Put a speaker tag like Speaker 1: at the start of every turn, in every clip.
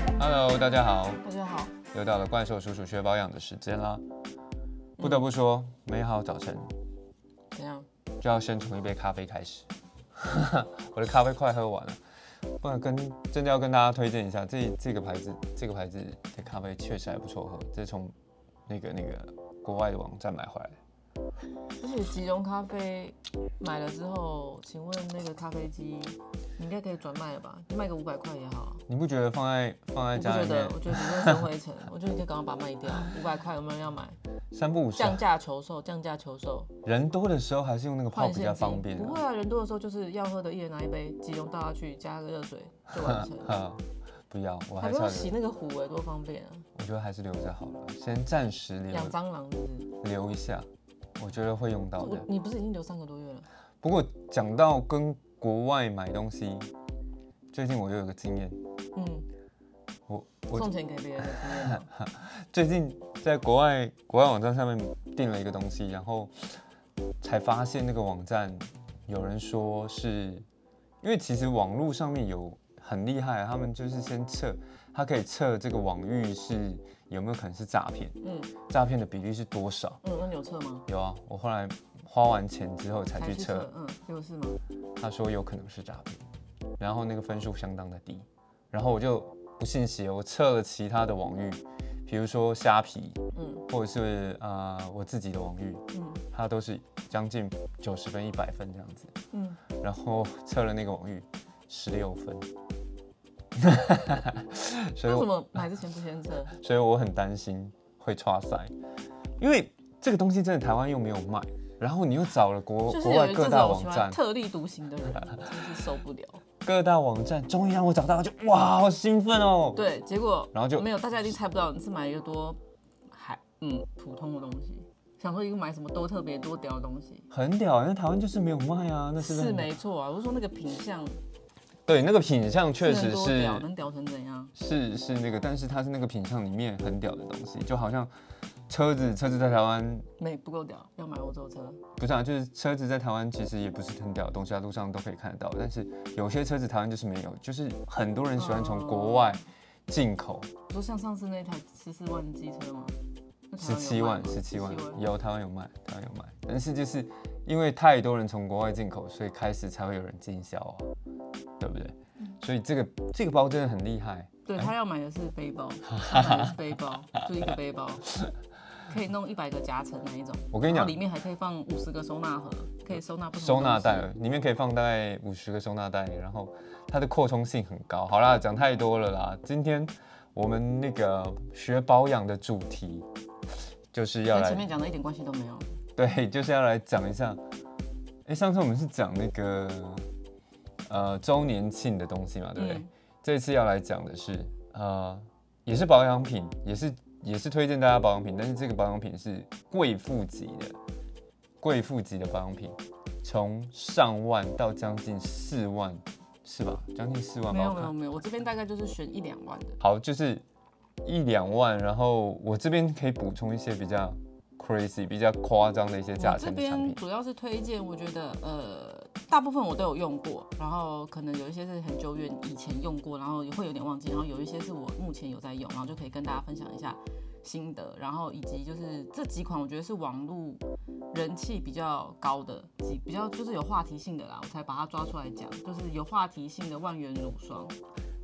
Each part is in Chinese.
Speaker 1: 大家好，
Speaker 2: 大家好，
Speaker 1: 又到了怪兽叔叔学保养的时间啦。不得不说，美好早晨
Speaker 2: 怎样？
Speaker 1: 就要先从一杯咖啡开始。 我的咖啡快喝完了，不然跟真的要跟大家推荐一下，这这个牌子，这个牌子的咖啡确实还不错喝，这是从那个那个国外的网站买回来的。
Speaker 2: 而且即溶咖啡买了之后，请问那个咖啡机，你应该可以转卖了吧？卖个五百块也好啊。
Speaker 1: 你不觉得放在放
Speaker 2: 我
Speaker 1: 在
Speaker 2: 不
Speaker 1: 家
Speaker 2: 觉
Speaker 1: 里
Speaker 2: 得
Speaker 1: 面，
Speaker 2: 我觉得里面生灰尘，我觉得你可以赶快把它卖掉，五百块有没有人要买？
Speaker 1: 三不五时啊，
Speaker 2: 降价求售，降价求售，
Speaker 1: 人多的时候还是用那个泡
Speaker 2: 换
Speaker 1: 比
Speaker 2: 现
Speaker 1: 较
Speaker 2: 金。
Speaker 1: 方便、啊。。
Speaker 2: 不会啊，人多的时候就是要喝的，一人拿一杯，即溶倒下去，加个热水就完成
Speaker 1: 啊，不要， 我
Speaker 2: 还
Speaker 1: 还是
Speaker 2: 不
Speaker 1: 要留
Speaker 2: 用洗那个壶哎，多方便啊！
Speaker 1: 我觉得还是留着好了，先暂时留
Speaker 2: 养蟑螂是不是？
Speaker 1: 留一下，我觉得会用到
Speaker 2: 我
Speaker 1: 的。
Speaker 2: 你不是已经留三个多月了？
Speaker 1: 不过讲到跟国外买东西，最近我又有个经验，
Speaker 2: 嗯，
Speaker 1: 我我
Speaker 2: 送钱给别人的经验吗？
Speaker 1: 最近在国外国外网站上面订了一个东西，然后才发现那个网站有人说是，因为其实网络上面有很厉害，他们就是先测，它可以测这个网域是有没有可能是诈骗，
Speaker 2: 嗯
Speaker 1: 诈骗的比率是多少。
Speaker 2: 嗯，那你有测吗？
Speaker 1: 有啊，我后来花完钱之后才
Speaker 2: 才
Speaker 1: 去
Speaker 2: 去
Speaker 1: 测
Speaker 2: 测，，嗯，结果是吗？
Speaker 1: 他说有可能是诈骗，然后那个分数相当的低，然后我就不信邪，我测了其他的网域，比如说虾皮
Speaker 2: 嗯
Speaker 1: 或者是呃我自己的网域，
Speaker 2: 嗯
Speaker 1: 它都是将近九十分、一百分这样子，
Speaker 2: 嗯，
Speaker 1: 然后测了那个网域十六分，所以
Speaker 2: 那
Speaker 1: 我
Speaker 2: 为什么买之前不先测？
Speaker 1: 所以我很担心会刷塞，因为这个东西真的台湾又没有卖，然后你又找了国
Speaker 2: 就是
Speaker 1: 国
Speaker 2: 有
Speaker 1: 外
Speaker 2: 一
Speaker 1: 各
Speaker 2: 这
Speaker 1: 大
Speaker 2: 种
Speaker 1: 网
Speaker 2: 喜
Speaker 1: 站
Speaker 2: 欢，特立独行 的人，真是受不了。
Speaker 1: 各大网站终于让我找到了，就哇，好兴奋哦！，
Speaker 2: 对，结果
Speaker 1: 然后就
Speaker 2: 没有，大家一定猜不到你是买一个多还嗯普通的东西，想说一个买什么多特别多屌的东西，
Speaker 1: 很屌，欸那台湾就是没有卖啊，那是不是
Speaker 2: 是
Speaker 1: 很？
Speaker 2: 没错啊。我是说那个品相
Speaker 1: 对，那个品相确
Speaker 2: 能
Speaker 1: 实
Speaker 2: 多
Speaker 1: 是
Speaker 2: 屌，能屌成怎样？
Speaker 1: 是是那个，但是它是那个品相里面很屌的东西，就好像车子车子在台湾
Speaker 2: 没不够屌，要买欧洲车。
Speaker 1: 不是啊，就是车子在台湾其实也不是很屌的东西啊，路上都可以看得到，但是有些车子台湾就是没有，就是很多人喜欢从国外进口，
Speaker 2: 你说像上次那台十四万机车吗？那台
Speaker 1: 十
Speaker 2: 湾有
Speaker 1: 七
Speaker 2: 卖
Speaker 1: 万，
Speaker 2: 吗
Speaker 1: 十七万
Speaker 2: 17
Speaker 1: 有台湾有卖，台湾有卖，但是就是因为太多人从国外进口，所以开始才会有人经销啊，对不对？所以这个这个包真的很厉害，
Speaker 2: 对他要买的是背 包，他买的是背包，就一个背包，可以弄一百个夹层那一种。
Speaker 1: 我跟你讲
Speaker 2: 然后里，面还可以放五十个收纳盒，可以收纳不同的
Speaker 1: 收纳袋
Speaker 2: 东西。
Speaker 1: 里面可以放大概五十个收纳袋，然后它的扩充性很高。好啦，讲太多了啦，今天我们那个学保养的主题就是要
Speaker 2: 跟前
Speaker 1: 来
Speaker 2: 面讲的一点关系都没有。
Speaker 1: 对，就是要来讲一下，哎，上次我们是讲那个呃周年庆的东西嘛，对不对？
Speaker 2: 嗯
Speaker 1: 这次要来讲的是，呃，也是保养品，也是也是推荐大家保养品，但是这个保养品是贵妇级的，贵妇级的保养品，从上万到将近四万，是吧？将近四万
Speaker 2: 没
Speaker 1: 吧，
Speaker 2: 有
Speaker 1: 我
Speaker 2: 没有
Speaker 1: 看。
Speaker 2: 没有，我这边大概就是选一两万的。
Speaker 1: 好，就是一两万，然后我这边可以补充一些比较 crazy、比较夸张的一些价
Speaker 2: 我这
Speaker 1: 钱的产
Speaker 2: 边
Speaker 1: 品。
Speaker 2: 主要是推荐，我觉得呃，大部分我都有用过，然后可能有一些是很久远以前用过，然后也会有点忘记，然后有一些是我目前有在用，然后就可以跟大家分享一下心得，然后以及就是这几款我觉得是网络人气比较高的几比较就是有话题性的啦，我才把它抓出来讲，就是有话题性的万元乳霜，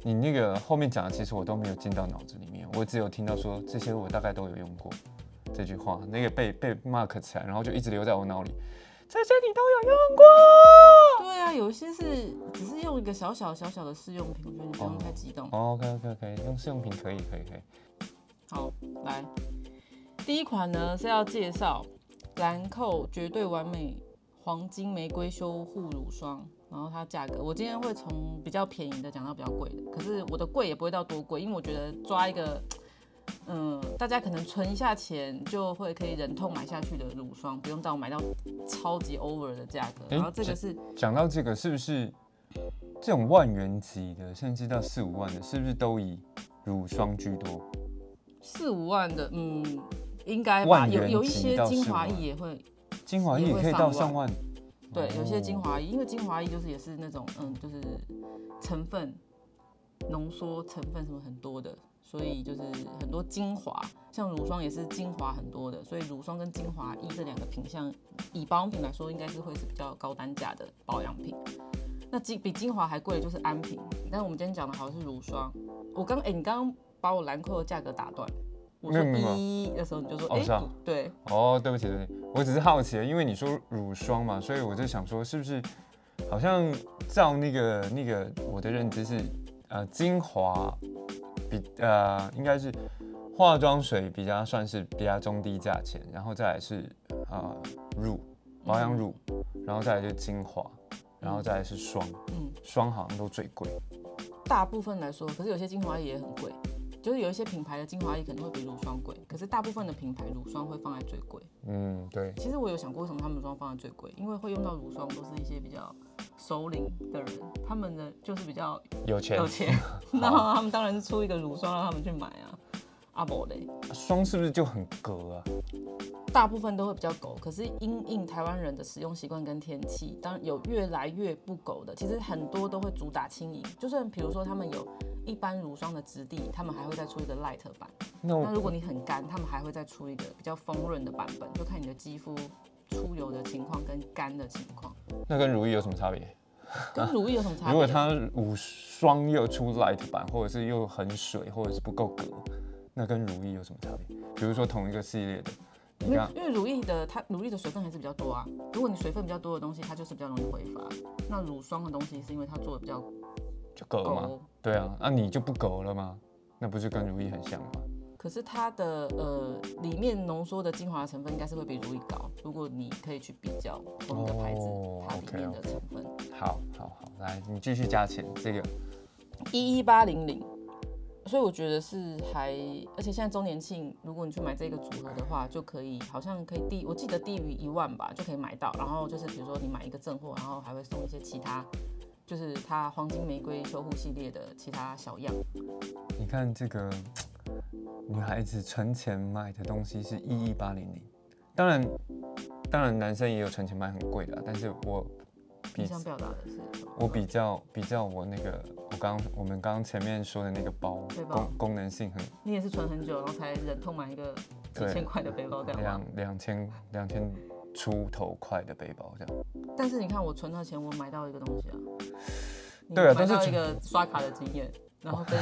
Speaker 1: 你那个后面讲的，其实我都没有进到脑子里面，我只有听到说这些我大概都有用过这句话，那个被被 mark 起来，然后就一直留在我脑里。这些你都有用过？
Speaker 2: 对啊，有一些是只是用一个小小小小的试用品，我觉得你不用太激动。
Speaker 1: 哦、o k OK OK，用试用品可以可以可以。
Speaker 2: 好，来，第一款呢是要介绍兰蔻绝对完美黄金玫瑰修护乳霜，然后它价格我今天会从比较便宜的讲到比较贵的，可是我的贵也不会到多贵，因为我觉得抓一个。嗯，大家可能存一下钱就会可以忍痛买下去的乳霜，不用到买到超级 over 的价格。
Speaker 1: 诶
Speaker 2: 然后这
Speaker 1: 这
Speaker 2: 个是
Speaker 1: 讲到这个，是不是这种万元级的，甚至到四五万的，是不是都以乳霜居多？
Speaker 2: 四五万的，嗯，应该吧。
Speaker 1: 万
Speaker 2: 有
Speaker 1: 元
Speaker 2: 有一
Speaker 1: 级
Speaker 2: 些
Speaker 1: 到
Speaker 2: 精
Speaker 1: 15
Speaker 2: 华
Speaker 1: 万
Speaker 2: 液也会
Speaker 1: 精华液
Speaker 2: 也
Speaker 1: 也
Speaker 2: 会
Speaker 1: 可以
Speaker 2: 上
Speaker 1: 到
Speaker 2: 万
Speaker 1: 上万。
Speaker 2: 对，有些精
Speaker 1: 哦
Speaker 2: 华液，因为精华液就是也是那种嗯，就是成分浓缩成分什么很多的，所以就是很多精华，像乳霜也是精华很多的，所以乳霜跟精华一这两个品相，以保养品来说，应该是会是比较高单价的保养品。那精比精华还贵的就是安瓶，但是我们今天讲的好像是乳霜。我刚哎、你刚刚把我兰蔻的价格打断，我说
Speaker 1: 没有没有
Speaker 2: 一的时候你就说
Speaker 1: 哦
Speaker 2: 哎、
Speaker 1: 是啊
Speaker 2: 你对，
Speaker 1: 哦，对不起，对不起，我只是好奇，因为你说乳霜嘛，所以我就想说，是不是好像照那个那个我的认知是，呃，精华比呃应该是化妆水比较算是比较中低价钱，然后再来是呃乳保养乳，然后再来就是精华，然后再来是霜，
Speaker 2: 嗯。
Speaker 1: 霜好像都最贵。
Speaker 2: 大部分来说，可是有些精华液也很贵，就是有一些品牌的精华液可能会比乳霜贵，可是大部分的品牌乳霜会放在最贵。
Speaker 1: 嗯，对，
Speaker 2: 其实我有想过为什么他们乳霜放在最贵，因为会用到乳霜都是一些比较首领的人，他们的就是比较
Speaker 1: 有钱
Speaker 2: 有钱， 然后他们当然是出一个乳霜让他们去买啊。阿伯嘞，
Speaker 1: 霜是不是就很隔啊？
Speaker 2: 大部分都会比较狗，可是因应台湾人的使用习惯跟天气，当然有越来越不狗的。其实很多都会主打轻盈，就算比如说他们有一般乳霜的质地，他们还会再出一个 light 版。
Speaker 1: 那我
Speaker 2: 那如果你很干，他们还会再出一个比较丰润的版本，就看你的肌肤出油的情况跟干的情况，
Speaker 1: 那跟如意有什么差别？
Speaker 2: 跟乳液有什么差别？
Speaker 1: 如果它乳霜又出 light 版，或者是又很水，或者是不够隔，那跟如意有什么差别？比如说同一个系列的，你
Speaker 2: 没有
Speaker 1: 看，
Speaker 2: 因为乳液的它乳液的水分还是比较多啊。如果你水分比较多的东西，它就是比较容易挥发。那乳霜的东西是因为它做的比较
Speaker 1: 就隔嘛
Speaker 2: 狗，，
Speaker 1: 对啊，那、你就不隔了吗？那不是跟如意很像吗？
Speaker 2: 可是它的呃里面浓缩的精华成分应该是会比乳液高。如果你可以去比较同一个牌子
Speaker 1: 哦
Speaker 2: 它里面的
Speaker 1: OK，OK
Speaker 2: 成分，
Speaker 1: 好，好，好，来，你继续加钱，这个
Speaker 2: 一一八零零。所以我觉得是还，而且现在周年庆，如果你去买这个组合的话，就可以好像可以低，我记得低于一万吧就可以买到。然后就是比如说你买一个正货，然后还会送一些其他，就是它黄金玫瑰修护系列的其他小样。
Speaker 1: 你看这个女孩子存钱买的东西是一一八零零，当然，当然男生也有存钱买很贵的啊，但是我
Speaker 2: 你
Speaker 1: 比
Speaker 2: 想表达的是什么？
Speaker 1: 我比较比较我那个，我刚我们刚刚前面说的那个包
Speaker 2: 背，包
Speaker 1: 功功能性很
Speaker 2: 你也是存很久，然后才忍痛买一个几
Speaker 1: 对
Speaker 2: 千块的背包干嘛？
Speaker 1: 两两千两千出头块的背包这样。
Speaker 2: 但是你看我存到钱，我买到一个东西啊，你
Speaker 1: 对啊
Speaker 2: 买
Speaker 1: 但是
Speaker 2: 到一
Speaker 1: 存
Speaker 2: 个刷卡的经验，然后跟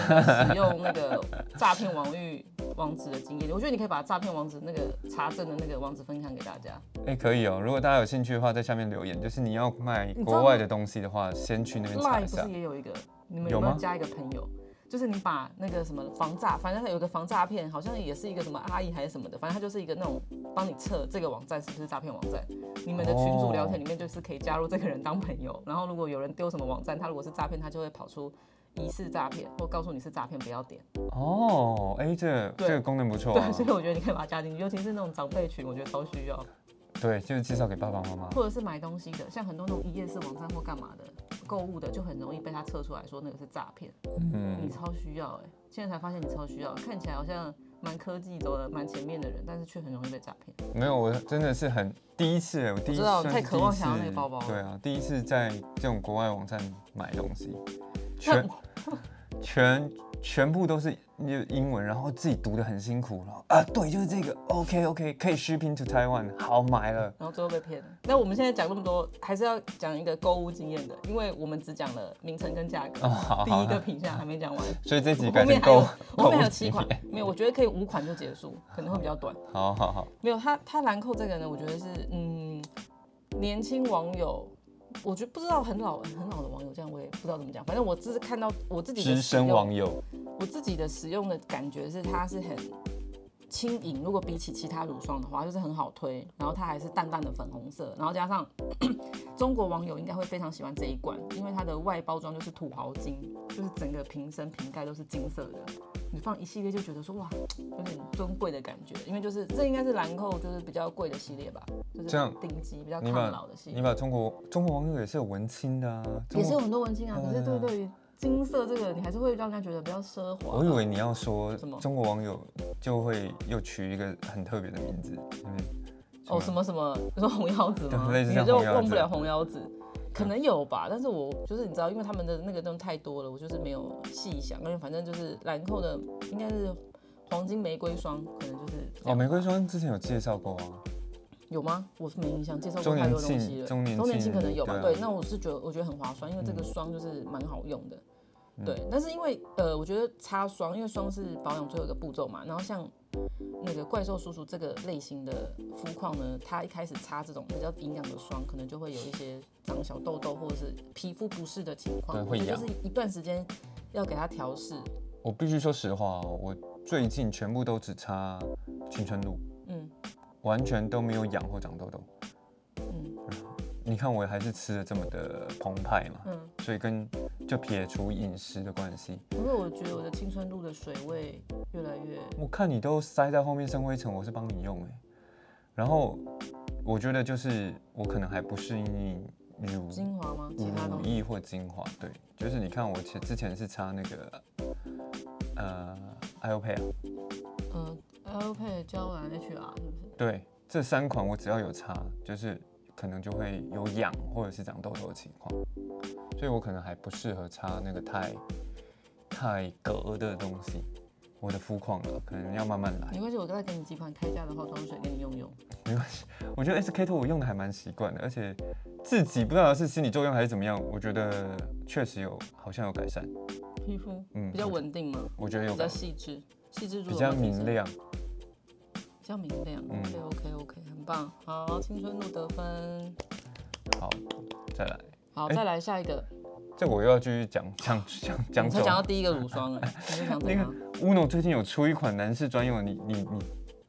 Speaker 2: 使用那个诈骗网域网址的经验，我觉得你可以把诈骗网址那个查证的那个网址分享给大家。
Speaker 1: 哎，可以哦，如果大家有兴趣的话，在下面留言。就是你要卖
Speaker 2: 知道
Speaker 1: 国外的东西的话，先去那边查
Speaker 2: Line
Speaker 1: 一
Speaker 2: 不
Speaker 1: 下
Speaker 2: 是。也有一个，你们
Speaker 1: 有
Speaker 2: 有没有
Speaker 1: 吗
Speaker 2: 加一个朋友？就是你把那个什么防诈，反正它有一个防诈骗，好像也是一个什么阿姨还是什么的，反正它就是一个那种帮你测这个网站是不是诈骗网站。你们的群
Speaker 1: 哦
Speaker 2: 组聊天里面就是可以加入这个人当朋友，然后如果有人丢什么网站，他如果是诈骗，他就会跑出疑似诈骗，或告诉你是诈骗，不要 点。
Speaker 1: 哦，哎，这
Speaker 2: 对
Speaker 1: 这个功能不错啊
Speaker 2: 对，。 所以我觉得你可以把它加进去，尤其是那种长辈群，我觉得超需要，
Speaker 1: 对，就是介绍给爸爸妈妈。
Speaker 2: 或者是买东西的，像很多那种一页式网站或干嘛的购物的，就很容易被他测出来说那个是诈骗。你
Speaker 1: 嗯，
Speaker 2: 超需要哎、现在才发现你超需要，看起来好像蛮科技走的蛮前面的人，但是却很容易被诈骗。
Speaker 1: 没有，我真的是很第一次，我第一次
Speaker 2: 我知道
Speaker 1: 算是
Speaker 2: 太渴望
Speaker 1: 第一
Speaker 2: 想要那个
Speaker 1: 次
Speaker 2: 包包了
Speaker 1: 对啊，第一次在这种国外网站买东西，
Speaker 2: 但
Speaker 1: 全全全部都是英英文，然后自己读的很辛苦，然后啊，对，就是这个，OK OK，可以 shipping to Taiwan，好买了，
Speaker 2: 然后最后被骗了。那我们现在讲那么多，还是要讲一个购物经验的，因为我们只讲了名称跟价格，
Speaker 1: 哦，好
Speaker 2: 第
Speaker 1: 好
Speaker 2: 一个
Speaker 1: 好，
Speaker 2: 品项还 没讲完，
Speaker 1: 所以这集
Speaker 2: 后
Speaker 1: 改成
Speaker 2: 面还有
Speaker 1: 购，
Speaker 2: 后
Speaker 1: 购
Speaker 2: 面还
Speaker 1: 物
Speaker 2: 有七款
Speaker 1: 经验，
Speaker 2: 没有，我觉得可以五款就结束，可能会比较短。
Speaker 1: 好好好，
Speaker 2: 没有，他他兰蔻这个呢，我觉得是嗯，年轻网友，我觉得不知道很老很老的网友，这样我也不知道怎么讲，反正我只是看到我自己的
Speaker 1: 资
Speaker 2: 使
Speaker 1: 深
Speaker 2: 用
Speaker 1: 网友，
Speaker 2: 我自己的使用的感觉是它是很轻盈，如果比起其他乳霜的话，就是很好推，然后它还是淡淡的粉红色，然后加上 中国网友应该会非常喜欢这一罐，因为它的外包装就是土豪金，就是整个瓶身瓶盖都是金色的，你放一系列就觉得说哇，有点尊贵的感觉，因为就是这应该是兰蔻就是比较贵的系列吧，就是
Speaker 1: 这样
Speaker 2: 顶级比较
Speaker 1: 你
Speaker 2: 抗
Speaker 1: 把
Speaker 2: 老的系
Speaker 1: 你
Speaker 2: 列，
Speaker 1: 把中国中国网友也是有文青的啊，中
Speaker 2: 也是有
Speaker 1: 国，
Speaker 2: 很多文青啊，可
Speaker 1: 对
Speaker 2: 是对
Speaker 1: 啊
Speaker 2: 对于金色这个，你还是会让人家觉得比较奢华吧。
Speaker 1: 我以为你要说
Speaker 2: 什么
Speaker 1: 中国网友就会又取一个很特别的名字，嗯，
Speaker 2: 哦哦，什么什么，你说红腰子吗？
Speaker 1: 对类似
Speaker 2: 你
Speaker 1: 像
Speaker 2: 就
Speaker 1: 红腰
Speaker 2: 忘
Speaker 1: 子
Speaker 2: 不了红腰子。可能有吧，但是我就是你知道，因为他们的那个东西太多了，我就是没有细想，因为反正就是兰蔻的应该是黄金玫瑰霜，可能就是这
Speaker 1: 哦，
Speaker 2: 样
Speaker 1: 玫瑰霜之前有介绍过啊，
Speaker 2: 有吗？我是没印象，介绍
Speaker 1: 周
Speaker 2: 过
Speaker 1: 年
Speaker 2: 太多东
Speaker 1: 庆
Speaker 2: 西了。
Speaker 1: 周年庆
Speaker 2: 可能有吧？
Speaker 1: 对啊
Speaker 2: 对，那我是觉得我觉得很划算，因为这个霜就是蛮好用的。
Speaker 1: 嗯
Speaker 2: 对，但是因为呃，我觉得擦霜，因为霜是保养最后一个步骤嘛。然后像那个怪兽叔叔这个类型的肤况呢，他一开始擦这种比较营养的霜，可能就会有一些长小痘痘或者是皮肤不适的情况。
Speaker 1: 对
Speaker 2: 我
Speaker 1: 会
Speaker 2: 觉得
Speaker 1: 痒
Speaker 2: 就是一段时间要给它调试。
Speaker 1: 我必须说实话哦，我最近全部都只擦青春露，
Speaker 2: 嗯
Speaker 1: 完全都没有痒或长痘痘。
Speaker 2: 嗯
Speaker 1: 你看我还是吃的这么的澎湃嘛，
Speaker 2: 嗯，
Speaker 1: 所以跟就撇除饮食的关系，
Speaker 2: 不过我觉得我的青春露的水位越来越
Speaker 1: 我看你都塞在后面生灰尘，我是帮你用哎、然后我觉得就是我可能还不适应乳
Speaker 2: 精华吗？其他
Speaker 1: 乳
Speaker 2: 东西
Speaker 1: 液或精华，对，就是你看我前之前是擦那个呃 i o p a
Speaker 2: 嗯 l p 胶完 HR 是不是？
Speaker 1: 对，这三款我只要有擦，就是可能就会有痒或者是长痘痘的情况，所以我可能还不适合擦那个太太隔的东西。我的肤况了，可能要慢慢来
Speaker 2: 没。关系，我再给你几款开价的化妆水给你用用。
Speaker 1: 我觉得 SK two 我用的还蛮习惯的，而且自己不知道是心理作用还是怎么样，我觉得确实有好像有改善，
Speaker 2: 皮肤
Speaker 1: 嗯
Speaker 2: 比较
Speaker 1: 我觉
Speaker 2: 稳定吗？
Speaker 1: 我觉得有
Speaker 2: 比较
Speaker 1: 改善，
Speaker 2: 细致，细致度
Speaker 1: 比
Speaker 2: 有
Speaker 1: 较
Speaker 2: 没有提升
Speaker 1: 明，亮。
Speaker 2: 比较明亮。
Speaker 1: 嗯
Speaker 2: OK OK OK，很棒。好，青春露得分。
Speaker 1: 好，再来，
Speaker 2: 好，
Speaker 1: 哎
Speaker 2: 再来下一个。
Speaker 1: 这我又要继续讲讲讲
Speaker 2: 你
Speaker 1: 讲
Speaker 2: 才
Speaker 1: 走。
Speaker 2: 讲到第一个乳 霜哎，你就想怎
Speaker 1: 那个
Speaker 2: 样？
Speaker 1: Uno 最近有出一款男士专用的，你你你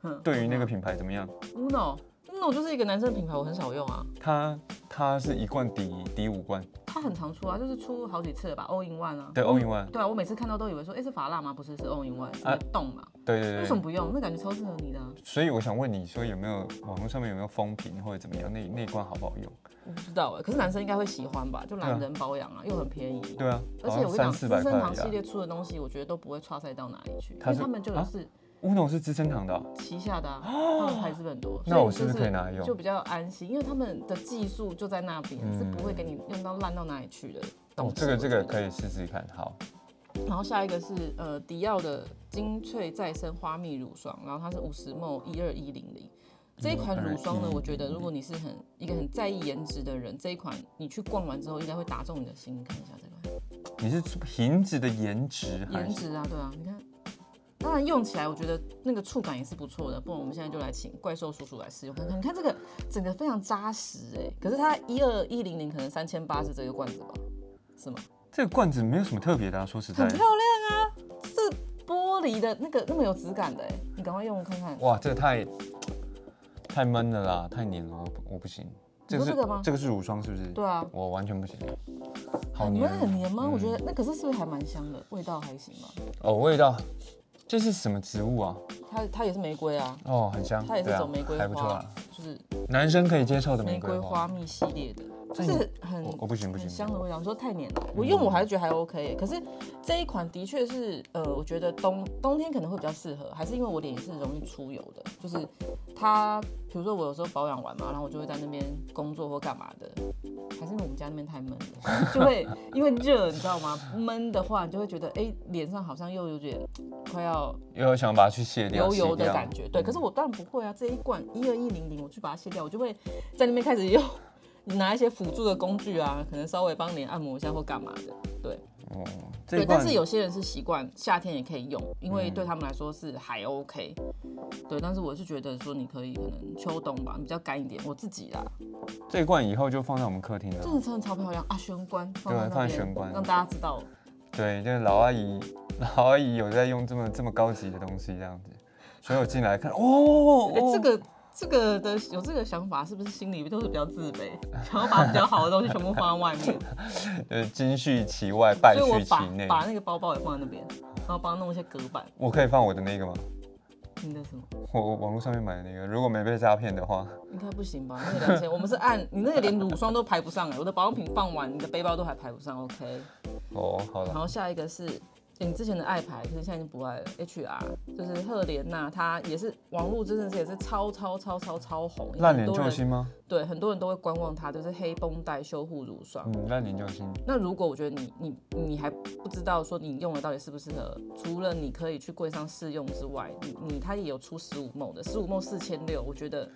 Speaker 2: 哼
Speaker 1: 对于那个品牌怎么样？
Speaker 2: Uno。Uno 嗯就是一个男生品牌，我很少用啊，
Speaker 1: 它它是一罐抵抵五罐，
Speaker 2: 它很常出啊，就是出好几次了吧，All in One 啊。
Speaker 1: 对，all in one，
Speaker 2: 对啊，我每次看到都以为说，哎、是法拉吗？不是，是 All in One，是
Speaker 1: 啊
Speaker 2: 个洞嘛。
Speaker 1: 对对
Speaker 2: 为什么
Speaker 1: 对。
Speaker 2: 不用？那感觉超适合你的啊、
Speaker 1: 所以我想问你说有没有网络上面有没有风评或者怎么样？那那一罐好不好用？
Speaker 2: 我不知道哎、可是男生应该会喜欢吧？就懒人保养啊，又很便宜。
Speaker 1: 嗯对啊，
Speaker 2: 而
Speaker 1: 好
Speaker 2: 且
Speaker 1: 像
Speaker 2: 我跟你讲，
Speaker 1: 三
Speaker 2: 资
Speaker 1: 四百
Speaker 2: 生
Speaker 1: 块而
Speaker 2: 堂
Speaker 1: 已
Speaker 2: 系
Speaker 1: 啊。
Speaker 2: 列出的东西，我觉得都不会差赛到哪里去，因
Speaker 1: 它
Speaker 2: 为
Speaker 1: 是
Speaker 2: 他们就有
Speaker 1: 啊
Speaker 2: 是
Speaker 1: Uno 是资生堂的啊，
Speaker 2: 旗下的、啊，他们牌子很多，
Speaker 1: 那
Speaker 2: 所以
Speaker 1: 我是
Speaker 2: 就
Speaker 1: 不是可以拿来用哦嗯
Speaker 2: 就比较安心，因为他们的技术就在那边，是不会给你用到烂到哪里去的东
Speaker 1: 哦
Speaker 2: 西。
Speaker 1: 这个这
Speaker 2: 我
Speaker 1: 个
Speaker 2: 觉得
Speaker 1: 可以试试看。好，
Speaker 2: 然后下一个是呃迪奥的精粹再生花蜜乳霜，然后它是五十 ml 一二一零零。这一款乳霜呢，
Speaker 1: 12100
Speaker 2: 我觉得如果你是很一个很在意颜值的人，这一款你去逛完之后应该会打中你的心。你看一下这款。
Speaker 1: 你是瓶子的颜值还
Speaker 2: 颜
Speaker 1: 是？
Speaker 2: 值啊，对啊，你看，当然用起来我觉得那个触感也是不错的。不然我们现在就来请怪兽叔叔来试用看看。你看这个整个非常扎实哎、可是它一二一零零可能三千八是这个罐子吧？是吗？
Speaker 1: 这个罐子没有什么特别的啊，说实在
Speaker 2: 很
Speaker 1: 的
Speaker 2: 漂。亮啊，是玻璃的那个那么有质感的哎、你赶快用看看。
Speaker 1: 哇，这个太太闷了啦，太黏了，我不我不行。这个
Speaker 2: 说
Speaker 1: 是
Speaker 2: 这个吗
Speaker 1: 这个是乳霜是不是？
Speaker 2: 对啊，
Speaker 1: 我完全不行，好
Speaker 2: 很
Speaker 1: 黏
Speaker 2: 闷很黏吗？啊我觉
Speaker 1: 嗯
Speaker 2: 得那可是是不是还蛮香的，味道还行吧？
Speaker 1: 哦，味道，这是什么植物啊？
Speaker 2: 它它也是玫瑰啊，
Speaker 1: 哦，很香，
Speaker 2: 它也是
Speaker 1: 对啊
Speaker 2: 走玫瑰
Speaker 1: 还不错
Speaker 2: 花，
Speaker 1: 啊，
Speaker 2: 就是
Speaker 1: 男生可以接受的玫
Speaker 2: 玫
Speaker 1: 瑰
Speaker 2: 瑰
Speaker 1: 花
Speaker 2: 花。蜜系列的，就
Speaker 1: 这
Speaker 2: 是很
Speaker 1: 我我不行不行嗯
Speaker 2: 很，香的味道。你说太黏了，我用我还是觉得还 OK 耶、可是这一款的确是，呃，我觉得冬冬天可能会比较适合，还是因为我脸是容易出油的，就是它，比如说我有时候保养完嘛，然后我就会在那边工作或干嘛的，还是因为我们家那边太闷了， 就会因为热，你知道吗？闷的话，你就会觉得哎，脸上好像又有点快要
Speaker 1: 又有想把它去卸掉，
Speaker 2: 油油
Speaker 1: 洗
Speaker 2: 的
Speaker 1: 掉
Speaker 2: 感觉。对，可是我当然不会啊，这一罐一二一零零，我去把它卸掉，我就会在那边开始用拿一些辅助的工具啊，可能稍微帮脸按摩一下或干嘛的。对
Speaker 1: 哦，这一
Speaker 2: 对，但
Speaker 1: 罐嗯
Speaker 2: 是有些人是习惯夏天也可以用，因为对他们来说是还 OK。对，但是我是觉得说你可以可能秋冬吧，比较干一点。我自己啦，
Speaker 1: 这一罐以后就放在我们客厅
Speaker 2: 真的
Speaker 1: 了。
Speaker 2: 真的超漂亮啊，玄关放
Speaker 1: 对放
Speaker 2: 在
Speaker 1: 在
Speaker 2: 那边，
Speaker 1: 玄关
Speaker 2: 让大家知道。
Speaker 1: 对，就是老阿姨， 老阿姨有在用这么这么高级的东西这样子，所以我进来看，哦，
Speaker 2: 哎、
Speaker 1: 哦
Speaker 2: 这个。这个的有这个想法，是不是心里都是比较自卑，想要把比较好的东西全部放在外面？
Speaker 1: 呃金絮其外，败
Speaker 2: 所以我
Speaker 1: 絮
Speaker 2: 把
Speaker 1: 其内。
Speaker 2: 把那个包包也放在那边，然后帮他弄一些隔板，
Speaker 1: 我可以放我的那个吗？
Speaker 2: 你的什么？
Speaker 1: 我我网络上面买的那个，如果没被诈骗的话，
Speaker 2: 应该不行吧？那 个两千，我们是按你那个连乳霜都排不上哎、我的保养品放完，你的背包都还排不上，OK。
Speaker 1: 哦，好
Speaker 2: 然
Speaker 1: 了，
Speaker 2: 后下一个是欸你之前的爱牌，可是现在已经不爱了。HR 就是赫莲娜，她也是网络真的是也是超超超超超红，
Speaker 1: 烂脸
Speaker 2: 很多
Speaker 1: 救
Speaker 2: 人
Speaker 1: 星吗？
Speaker 2: 对，很多人都会观望它，就是黑绷带修护乳霜。
Speaker 1: 嗯，烂脸救星。
Speaker 2: 那如果我觉得你你你还不知道说你用的到底适不适合，除了你可以去柜上试用之外，你你它也有出十五 m 的，十五 m 四千六，我觉得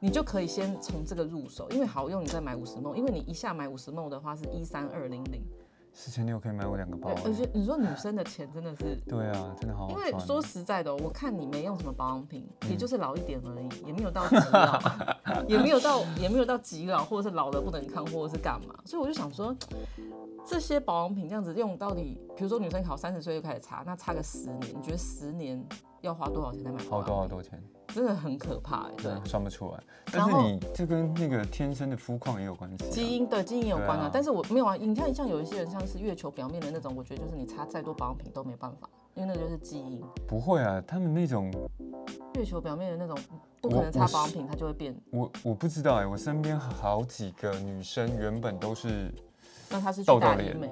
Speaker 2: 你就可以先从这个入手，因为好用你再买五十 m 因为你一下买五十 m 的话是一三二零零，
Speaker 1: 四千六可以买我两个包、
Speaker 2: 对，而
Speaker 1: 欸。
Speaker 2: 且你说女生的钱真的是。
Speaker 1: 对啊，真的好好
Speaker 2: 因
Speaker 1: 穿。
Speaker 2: 为说实在的哦、我看你没用什么保养品，
Speaker 1: 嗯
Speaker 2: 也就是老一点而已，也没有到极 老，也没有到也没有到极老，或者是老的不能抗，或者是干嘛。所以我就想说，这些保养品这样子用到底，比如说女生考三十岁就开始擦，那擦个十年，你觉得十年要花多少钱才买？
Speaker 1: 好多好，多钱，
Speaker 2: 真的很可怕哎、
Speaker 1: 真
Speaker 2: 对
Speaker 1: 的。算不出来。
Speaker 2: 然
Speaker 1: 但
Speaker 2: 后
Speaker 1: 是你这跟那个天生的肤况也有关系、啊。
Speaker 2: 基因对基因也有关
Speaker 1: 对
Speaker 2: 啊
Speaker 1: 啊，
Speaker 2: 但是我没有啊。你看，像有一些人像是月球表面的那种，我觉得就是你擦再多保养品都没办法，因为那就是基因。
Speaker 1: 不会啊，他们那种
Speaker 2: 月球表面的那种不可
Speaker 1: 我
Speaker 2: 能擦
Speaker 1: 我
Speaker 2: 保养
Speaker 1: 是
Speaker 2: 品它就会变，
Speaker 1: 我我不知道哎、我身边好几个女生原本都是
Speaker 2: 那它是去
Speaker 1: 痘痘
Speaker 2: 大医
Speaker 1: 脸
Speaker 2: 美。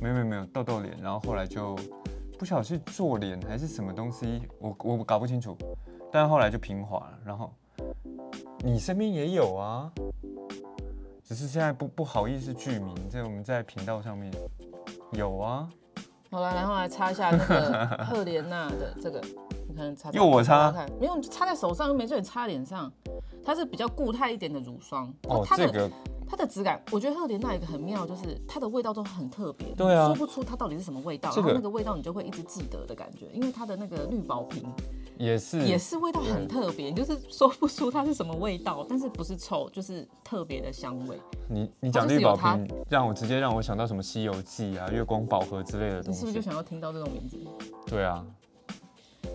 Speaker 1: 没有没有没有痘痘脸，然后后来就不晓得是做脸还是什么东西，我我搞不清楚，但后来就平滑了。然后你身边也有啊，只是现在不不好意思剧名，在我们在频道上面有啊，
Speaker 2: 好了，然后来擦一下那 个赫莲娜的这个，你看擦在
Speaker 1: 用我擦
Speaker 2: 看，没有，你就擦在手上又没叫你擦脸上，它是比较固态一点的乳霜。
Speaker 1: 哦
Speaker 2: 它的、
Speaker 1: 这个
Speaker 2: 它的质感，我觉得赫莲娜有一个很妙，就是它的味道都很特别，
Speaker 1: 对啊
Speaker 2: 你说不出它到底是什么味道，
Speaker 1: 这个
Speaker 2: 然后那个味道你就会一直记得的感觉，因为它的那个绿宝瓶
Speaker 1: 也是
Speaker 2: 也是味道很特别，你就是说不出它是什么味道，但是不是臭，就是特别的香味。
Speaker 1: 你你讲
Speaker 2: 哦就是
Speaker 1: 绿
Speaker 2: 有
Speaker 1: 宝
Speaker 2: 它
Speaker 1: 瓶，让我直接让我想到什么《西游记》啊、月光宝盒之类的
Speaker 2: 你
Speaker 1: 东
Speaker 2: 是不是就
Speaker 1: 西。
Speaker 2: 想要听到这种名字？
Speaker 1: 对啊，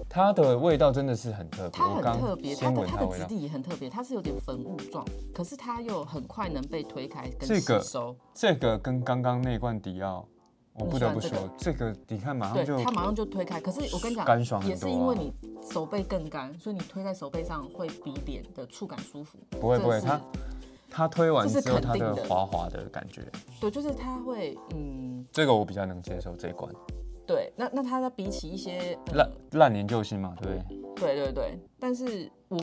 Speaker 1: 它的味道真的是很特别，
Speaker 2: 它
Speaker 1: 我
Speaker 2: 很
Speaker 1: 刚
Speaker 2: 特别，它
Speaker 1: 先
Speaker 2: 的
Speaker 1: 闻
Speaker 2: 它
Speaker 1: 它
Speaker 2: 的
Speaker 1: 味
Speaker 2: 质
Speaker 1: 道。
Speaker 2: 地也很特别，它是有点粉雾状，可是它又很快能被推开跟
Speaker 1: 这
Speaker 2: 吸
Speaker 1: 个
Speaker 2: 收。
Speaker 1: 这个跟刚刚那罐迪奥，我
Speaker 2: 你
Speaker 1: 不得
Speaker 2: 喜欢
Speaker 1: 不
Speaker 2: 这个
Speaker 1: 说，这个你看马上就
Speaker 2: 对，它马上就推开。可是我跟你讲，
Speaker 1: 干爽很
Speaker 2: 也是
Speaker 1: 多
Speaker 2: 因为
Speaker 1: 啊
Speaker 2: 你手背更干，所以你推在手背上会比脸的触感舒服。
Speaker 1: 不会
Speaker 2: 这
Speaker 1: 不会，
Speaker 2: 是
Speaker 1: 它它推完
Speaker 2: 这是
Speaker 1: 之后
Speaker 2: 肯
Speaker 1: 它
Speaker 2: 定
Speaker 1: 的
Speaker 2: 的
Speaker 1: 滑滑的感觉，
Speaker 2: 对，就是它会，嗯，
Speaker 1: 这个我比较能接受这一罐。
Speaker 2: 对。那那它比起一些，
Speaker 1: 烂
Speaker 2: 嗯、
Speaker 1: 烂年救星嘛，对不对？
Speaker 2: 对对对，但是我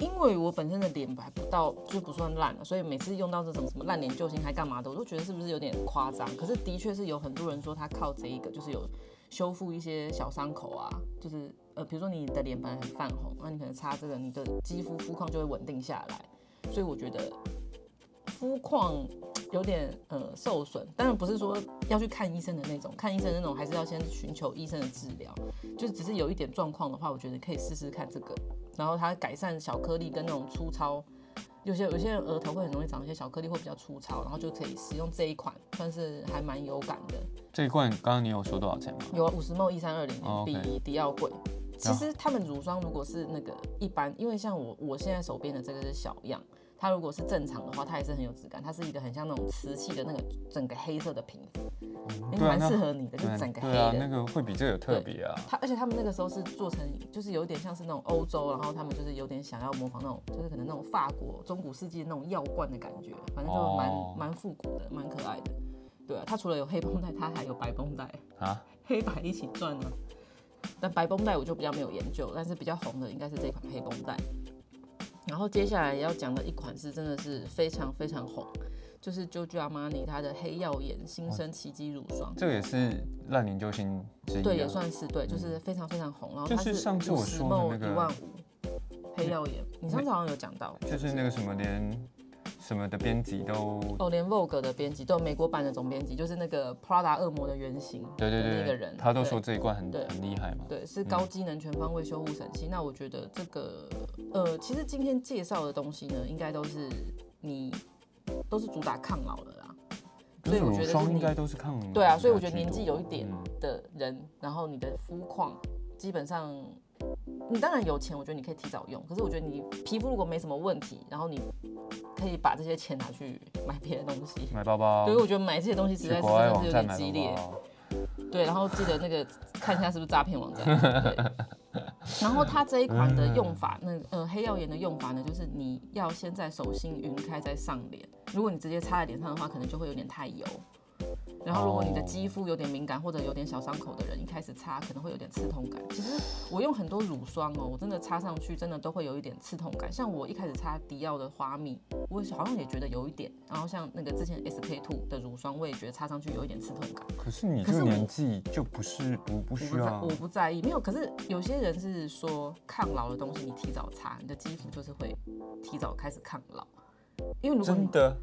Speaker 2: 因为我本身的脸还不到，就不算烂了，所以每次用到这种什么烂脸救星还干嘛的，我都觉得是不是有点夸张？可是的确是有很多人说他靠这一个就是有修复一些小伤口啊，就是呃，比如说你的脸本来很泛红，那你可能擦这个，你的肌肤肤况就会稳定下来。所以我觉得肤况有点呃受损，当然不是说要去看医生的那种，看医生的那种还是要先寻求医生的治疗。就只是有一点状况的话，我觉得可以试试看这个，然后它改善小颗粒跟那种粗糙。有些有些人额头会很容易长一些小颗粒，会比较粗糙，然后就可以使用这一款，算是还蛮有感的。
Speaker 1: 这一罐刚刚你有说多少钱吗？
Speaker 2: 有啊五十 ml 一三二零
Speaker 1: 哦，OK
Speaker 2: 比迪奥贵。其
Speaker 1: 那
Speaker 2: 实他们乳霜如果是那个一般，因为像我我现在手边的这个是小样，它如果是正常的话，它也是很有质感，它是一个很像那种瓷器的那个整个黑色的瓶子，也
Speaker 1: 对啊，
Speaker 2: 蛮适
Speaker 1: 那
Speaker 2: 合你的，就
Speaker 1: 对
Speaker 2: 整
Speaker 1: 啊
Speaker 2: 个黑
Speaker 1: 对啊，那
Speaker 2: 的。
Speaker 1: 个会比这个有特别啊。
Speaker 2: 它而且他们那个时候是做成，就是有点像是那种欧洲，然后他们就是有点想要模仿那种，就是可能那种法国中古世纪的那种药罐的感觉，反正就蛮
Speaker 1: 哦
Speaker 2: 蛮复古的，蛮可爱的。对啊，它除了有黑绷带，它还有白绷带。
Speaker 1: 啊，
Speaker 2: 黑白一起转呢、但白绷带我就比较没有研究，但是比较红的应该是这款黑绷带。然后接下来要讲的一款是真的是非常非常红，就是 Giorgio Armani 它的黑曜岩新生奇迹乳霜。
Speaker 1: 这个也是烂年救星之一啊。
Speaker 2: 对，也算是对，就是非常非常红。然后
Speaker 1: 就
Speaker 2: 它
Speaker 1: 是上次我说的那个
Speaker 2: 一万五，黑曜岩，你上次好像有讲到，
Speaker 1: 就是那个什么连什么的编辑都
Speaker 2: 哦，连 Vogue 的编辑，对，美国版的总编辑，就是那个 Prada 恶魔的原型，
Speaker 1: 对对
Speaker 2: 那个
Speaker 1: 对，
Speaker 2: 人，
Speaker 1: 他都
Speaker 2: 对
Speaker 1: 说这嗯一罐很
Speaker 2: 对
Speaker 1: 很厉害嘛。
Speaker 2: 对，是高机能全方位修护神器。那我觉得这个，呃，其实今天介绍的东西呢，应该都是你都是主打抗老的啦。
Speaker 1: 就
Speaker 2: 所以
Speaker 1: 是
Speaker 2: 我
Speaker 1: 乳
Speaker 2: 觉得是
Speaker 1: 霜
Speaker 2: 你
Speaker 1: 应该都是抗老
Speaker 2: 对啊，所以我
Speaker 1: 比
Speaker 2: 觉
Speaker 1: 较
Speaker 2: 得
Speaker 1: 居
Speaker 2: 年
Speaker 1: 多
Speaker 2: 纪有一点
Speaker 1: 嗯
Speaker 2: 的人，然后你的肤况基本上，你当然有钱，我觉得你可以提早用。可是我觉得你皮肤如果没什么问题，然后你可以把这些钱拿去买别的东西。
Speaker 1: 买包包
Speaker 2: 所以，我觉得买这些东西实
Speaker 1: 嗯去
Speaker 2: 在是
Speaker 1: 国外
Speaker 2: 真的
Speaker 1: 网
Speaker 2: 是有
Speaker 1: 站
Speaker 2: 点
Speaker 1: 买
Speaker 2: 激
Speaker 1: 包
Speaker 2: 烈。
Speaker 1: 包。
Speaker 2: 对，然后记得那个看一下是不是诈骗网站。对。然后它这一款的用法，那个呃黑曜岩的用法呢，就是你要先在手心匀开再上脸。如果你直接擦在脸上的话，可能就会有点太油。然后如果你的
Speaker 1: 哦
Speaker 2: 肌肤有点敏感或者有点小伤口的人，一开始擦可能会有点刺痛感。其实我用很多乳霜哦，我真的擦上去真的都会有一点刺痛感。像我一开始擦迪奥的花蜜，我好像也觉得有一点。然后像那个之前 SK two 的乳霜，我也觉得擦上去有一点刺痛感。
Speaker 1: 可是你
Speaker 2: 可
Speaker 1: 这
Speaker 2: 是
Speaker 1: 个
Speaker 2: 我
Speaker 1: 年纪就不是不不
Speaker 2: 我
Speaker 1: 需
Speaker 2: 不在，
Speaker 1: 要啊
Speaker 2: 我不在意，没有。可是有些人是说抗老的东西，你提早擦，你的肌肤就是会提早开始抗老。因为如果你
Speaker 1: 真的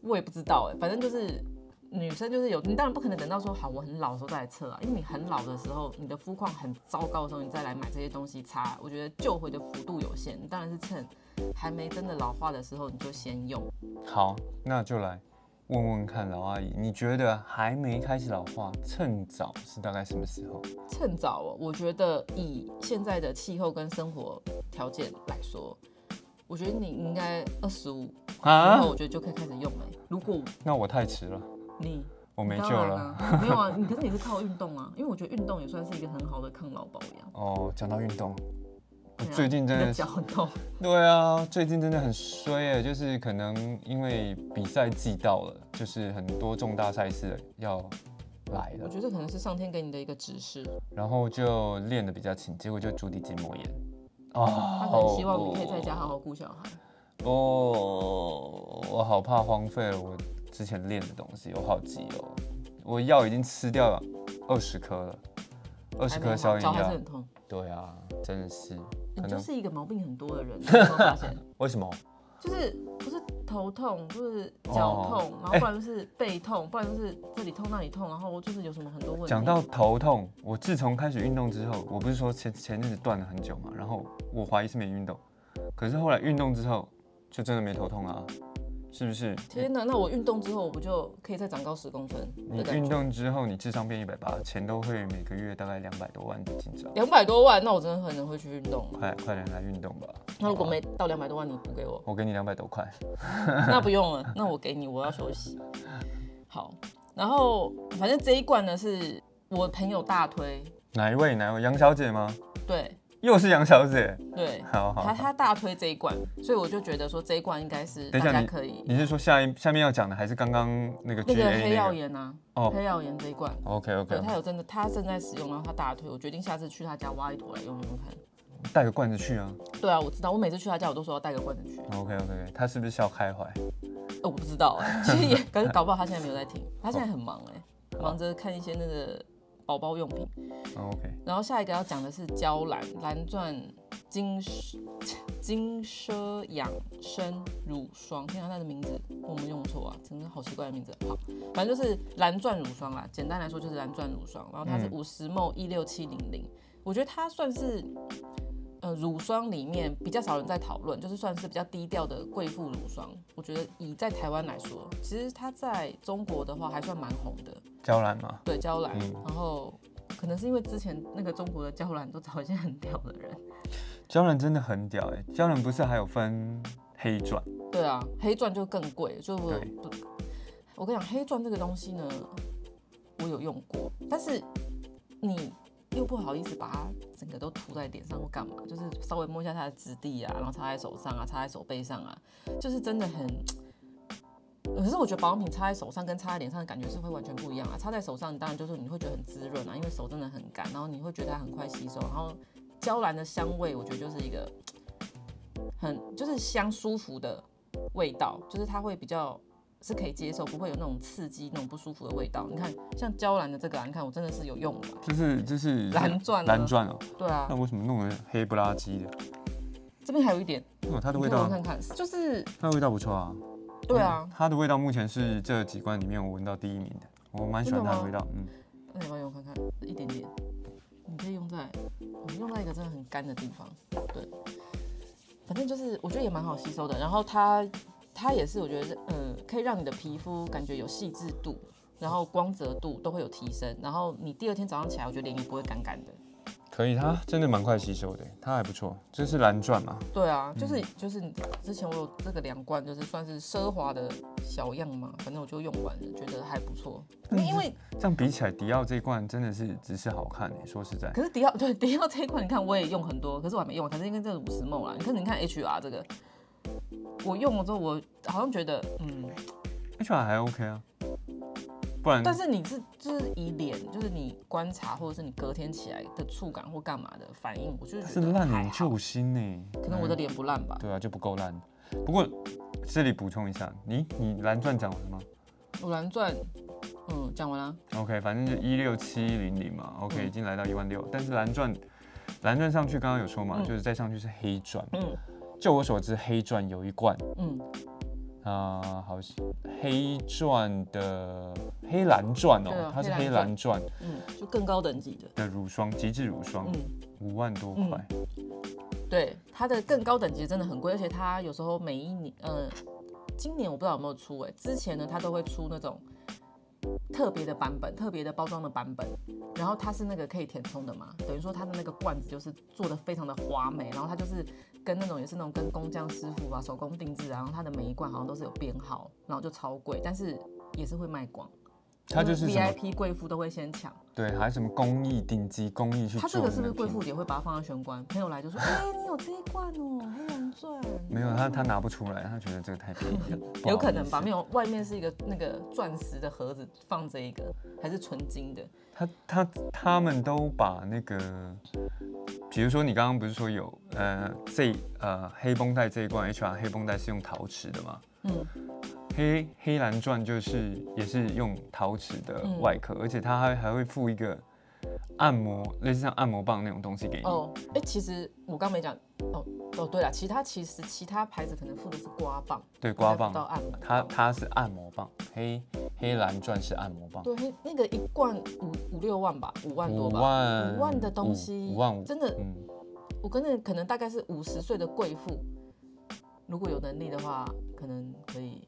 Speaker 2: 我也不知道哎、反正就是女生就是有，你当然不可能等到说好我很老的时候再来测啊，因为你很老的时候，你的肤况很糟糕的时候，你再来买这些东西擦，我觉得救回的幅度有限。你当然是趁还没真的老化的时候，你就先用。
Speaker 1: 好，那就来问问看老阿姨，你觉得还没开始老化，趁早是大概什么时候？
Speaker 2: 趁早哦，我觉得以现在的气候跟生活条件来说，我觉得你应该二十五之
Speaker 1: 啊
Speaker 2: 后，？我觉得就可以开始用了欸、如果
Speaker 1: 那我太迟了，
Speaker 2: 你
Speaker 1: 我没救
Speaker 2: 当然
Speaker 1: 了。
Speaker 2: 啊，没有啊，你可是你是靠运动啊，因为我觉得运动也算是一个很好的抗老保养。
Speaker 1: 哦，讲到运动，我
Speaker 2: 对啊
Speaker 1: 最近真
Speaker 2: 你
Speaker 1: 的
Speaker 2: 的脚很痛，
Speaker 1: 对啊，最近真的很衰哎，就是可能因为比赛季到了，就是很多重大赛事要来
Speaker 2: 我
Speaker 1: 了，
Speaker 2: 觉得这可能是上天给你的一个指示，
Speaker 1: 然后就练得比较勤，结果就足底筋膜炎。
Speaker 2: 他
Speaker 1: 哦，
Speaker 2: 可能希望你可以在家好好顾小孩。
Speaker 1: 哦，我好怕荒废了我之前练的东西，我好急哦。我药已经吃掉了二十颗了，二十
Speaker 2: 还没
Speaker 1: 颗
Speaker 2: 有
Speaker 1: 消
Speaker 2: 好
Speaker 1: 炎
Speaker 2: 脚还是
Speaker 1: 药
Speaker 2: 很。痛，
Speaker 1: 对啊，真的是，
Speaker 2: 你
Speaker 1: 可
Speaker 2: 就
Speaker 1: 能
Speaker 2: 是一个毛病很多 的人，你有没有发现？
Speaker 1: 为什么？
Speaker 2: 就是不是头痛，就是脚
Speaker 1: 哦
Speaker 2: 痛，然后不然就是背痛，不然就是这里痛那里痛，然后就是有什么很多问题。
Speaker 1: 讲到头痛，我自从开始运动之后，我不是说前前阵子断了很久嘛，然后我怀疑是没运动，可是后来运动之后就真的没头痛了、啊，是不是？
Speaker 2: 天哪，那我运动之后，我不就可以再长高十公分
Speaker 1: 你
Speaker 2: 的感
Speaker 1: 运
Speaker 2: 觉？
Speaker 1: 动之后，你智商变一百八，钱都会每个月大概两百多万的进账，
Speaker 2: 两百多万，那我真的可能会去运动了。
Speaker 1: 快快点来运动吧。
Speaker 2: 那如果
Speaker 1: 好啊，
Speaker 2: 没到两百多万，你补给我
Speaker 1: 我给你两百多块，
Speaker 2: 那不用了，那我给你，我要休息。好，然后反正这一罐呢是我朋友大推，
Speaker 1: 哪一位？哪一位？杨小姐吗？
Speaker 2: 对
Speaker 1: 又是杨小姐。
Speaker 2: 对，
Speaker 1: 好好
Speaker 2: 他
Speaker 1: 好，
Speaker 2: 他大推这一罐，所以我就觉得说这一罐应该是
Speaker 1: 等
Speaker 2: 大
Speaker 1: 一下
Speaker 2: 家可以
Speaker 1: 你是说下一下面要讲的，还是刚刚那个
Speaker 2: 那
Speaker 1: G
Speaker 2: 个
Speaker 1: A
Speaker 2: 黑
Speaker 1: 那
Speaker 2: 曜
Speaker 1: 个？
Speaker 2: 岩啊，
Speaker 1: 哦
Speaker 2: 黑曜岩这一罐，
Speaker 1: ，OK
Speaker 2: 对
Speaker 1: OK，
Speaker 2: 他有真的他正在使用，然后他大推，我决定下次去他家挖一坨来用用看。
Speaker 1: 带个罐子去啊。
Speaker 2: 对啊，我知道，我每次去他家我都说要带个罐子去，
Speaker 1: OK OK，他是不是笑开怀？
Speaker 2: 呃我不知道哎、其实也可是搞不好他现在没有在听，他现在很忙哎、忙着看一些那个宝宝用品。
Speaker 1: 哦 OK，
Speaker 2: 然后下一个要讲的是娇兰蓝钻金奢金奢养生乳霜，天啊，它的名字我们用错啊，真的好奇怪的名字。好，反正就是蓝钻乳霜啦，简单来说就是蓝钻乳霜，然后它是
Speaker 1: 嗯
Speaker 2: 五十 ml 一六七零零，我觉得它算是。呃，乳霜里面比较少人在讨论，就是算是比较低调的贵妇乳霜。我觉得以在台湾来说，其实它在中国的话还算蛮红的。
Speaker 1: 娇兰嘛，
Speaker 2: 对娇兰，
Speaker 1: 嗯
Speaker 2: 然后可能是因为之前那个中国的娇兰都找一些很屌的人，
Speaker 1: 娇兰真的很屌哎、娇兰不是还有分黑钻？
Speaker 2: 对啊，黑钻就更贵，就我
Speaker 1: 对
Speaker 2: 不，我跟你讲，黑钻这个东西呢，我有用过，但是你。又不好意思把它整个都涂在脸上或干嘛，就是稍微摸一下它的质地啊，然后擦在手上啊，擦在手背上啊，就是真的很。可是我觉得保养品擦在手上跟擦在脸上的感觉是会完全不一样啊。擦在手上，你当然就是你会觉得很滋润啊，因为手真的很干，然后你会觉得它很快吸收，然后娇兰的香味，我觉得就是一个很就是香舒服的味道，就是它会比较是可以接受，不会有那种刺激、那种不舒服的味道。你看，像娇兰的这个、啊，你看我真的是有用的啊，
Speaker 1: 就是就是
Speaker 2: 蓝钻啊
Speaker 1: 蓝钻哦、
Speaker 2: 对啊
Speaker 1: 那，为什么弄得黑不拉几的？
Speaker 2: 这边还有一点，
Speaker 1: 哦，它的
Speaker 2: 你
Speaker 1: 味
Speaker 2: 可以闻
Speaker 1: 道，
Speaker 2: 看看，就是
Speaker 1: 它的味道不错啊。
Speaker 2: 对啊
Speaker 1: 嗯，它的味道目前是这几罐里面我闻到第一名的，我蛮喜欢它的
Speaker 2: 真
Speaker 1: 味
Speaker 2: 的
Speaker 1: 道。嗯，
Speaker 2: 那你要不要用看看？一点点，你可以用在，你用在一个真的很干的地方，对，反正就是我觉得也蛮好吸收的。然后它它也是我觉得呃可以让你的皮肤感觉有细致度，然后光泽度都会有提升。然后你第二天早上起来，我觉得脸也不会干干的。
Speaker 1: 可以，它真的蛮快吸收的，它还不错。这是蓝钻嘛？
Speaker 2: 对啊，就是、就是之前我有这个两罐，就是算是奢华的小样嘛，反正我就用完了，觉得还不错。因为
Speaker 1: 这样比起来，迪奥这一罐真的是只是好看、欸。说实在，
Speaker 2: 可是迪奥对迪奥这一款，你看我也用很多，可是我还没用，可是应该这个五十梦啦。你看你看 HR 这个，我用了之后，我好像觉得嗯，
Speaker 1: H R 还 OK 啊，不然
Speaker 2: 但是你是就是以脸，就是你观察或者是你隔天起来的触感或干嘛的反应，我就是
Speaker 1: 是
Speaker 2: 觉得
Speaker 1: 烂
Speaker 2: 还
Speaker 1: 脸
Speaker 2: 好
Speaker 1: 救星呢。
Speaker 2: 可能我的脸不烂吧
Speaker 1: 哎，欸对啊就不够烂。不过这里补充一下，你你蓝钻讲完了吗
Speaker 2: 我蓝钻，嗯，讲完了，
Speaker 1: ？OK，反正就一六七零零嘛。OK，、
Speaker 2: 嗯
Speaker 1: 已经来到一万六，但是蓝钻蓝钻上去刚刚有说嘛，
Speaker 2: 嗯
Speaker 1: 就是再上去是黑钻。
Speaker 2: 嗯
Speaker 1: 就我所知，黑钻有一罐
Speaker 2: 嗯，
Speaker 1: 啊、呃好像黑钻的黑蓝钻哦，
Speaker 2: 对啊
Speaker 1: 它是
Speaker 2: 黑
Speaker 1: 黑
Speaker 2: 蓝
Speaker 1: 蓝钻
Speaker 2: 嗯，就更高等级的，
Speaker 1: 的乳霜，极致乳霜，
Speaker 2: 嗯，
Speaker 1: 五、万多
Speaker 2: 嗯
Speaker 1: 块。
Speaker 2: 对，它的更高等级真的很贵，而且它有时候每一年，呃，今年我不知道有没有出、哎，之前呢它都会出那种特别的版本，特别的包装的版本，然后它是那个可以填充的嘛，等于说它的那个罐子就是做的非常的华美，然后它就是跟那种也是那种跟工匠师傅啊手工定制啊，然后它的每一罐好像都是有编号，然后就超贵，但是也是会卖光。
Speaker 1: 它就是什么？
Speaker 2: VIP 贵妇都会先抢。
Speaker 1: 对，还有什么工艺顶级工艺去
Speaker 2: 他
Speaker 1: 做？
Speaker 2: 这个是不是贵妇？也会把它放在玄关？朋友来 就说：“哎、你有这一罐哦，黑蓝钻。”，
Speaker 1: 没有，他他拿不出来，他觉得这个太便宜了
Speaker 2: 有可能吧？没
Speaker 1: 有。
Speaker 2: 有，外面是一个那个钻石的盒子，放这一个还是纯金的。
Speaker 1: 他他他们都把那个，比如说你刚刚不是说有呃这呃黑绷带这一罐 HR 黑绷带是用陶瓷的嘛？
Speaker 2: 嗯
Speaker 1: 黑黑蓝钻就是也是用陶瓷的
Speaker 2: 嗯
Speaker 1: 外壳，而且它还还会附一个按摩，类似像按摩棒那种东西给你。
Speaker 2: 哦，哎、其实我刚没讲哦哦，对了，其他其实其他牌子可能附的是刮棒，
Speaker 1: 对，刮
Speaker 2: 应该不到
Speaker 1: 棒，
Speaker 2: 按摩
Speaker 1: 它
Speaker 2: 棒
Speaker 1: 它是按摩棒，黑黑蓝钻是按摩棒。
Speaker 2: 对黑那个一罐五五六万吧，五万多
Speaker 1: 五
Speaker 2: 吧，
Speaker 1: 万
Speaker 2: 五万的东西，
Speaker 1: 五万五，
Speaker 2: 真的
Speaker 1: 嗯，
Speaker 2: 我跟那可能大概是五十岁的贵妇，如果有能力的话，可能可以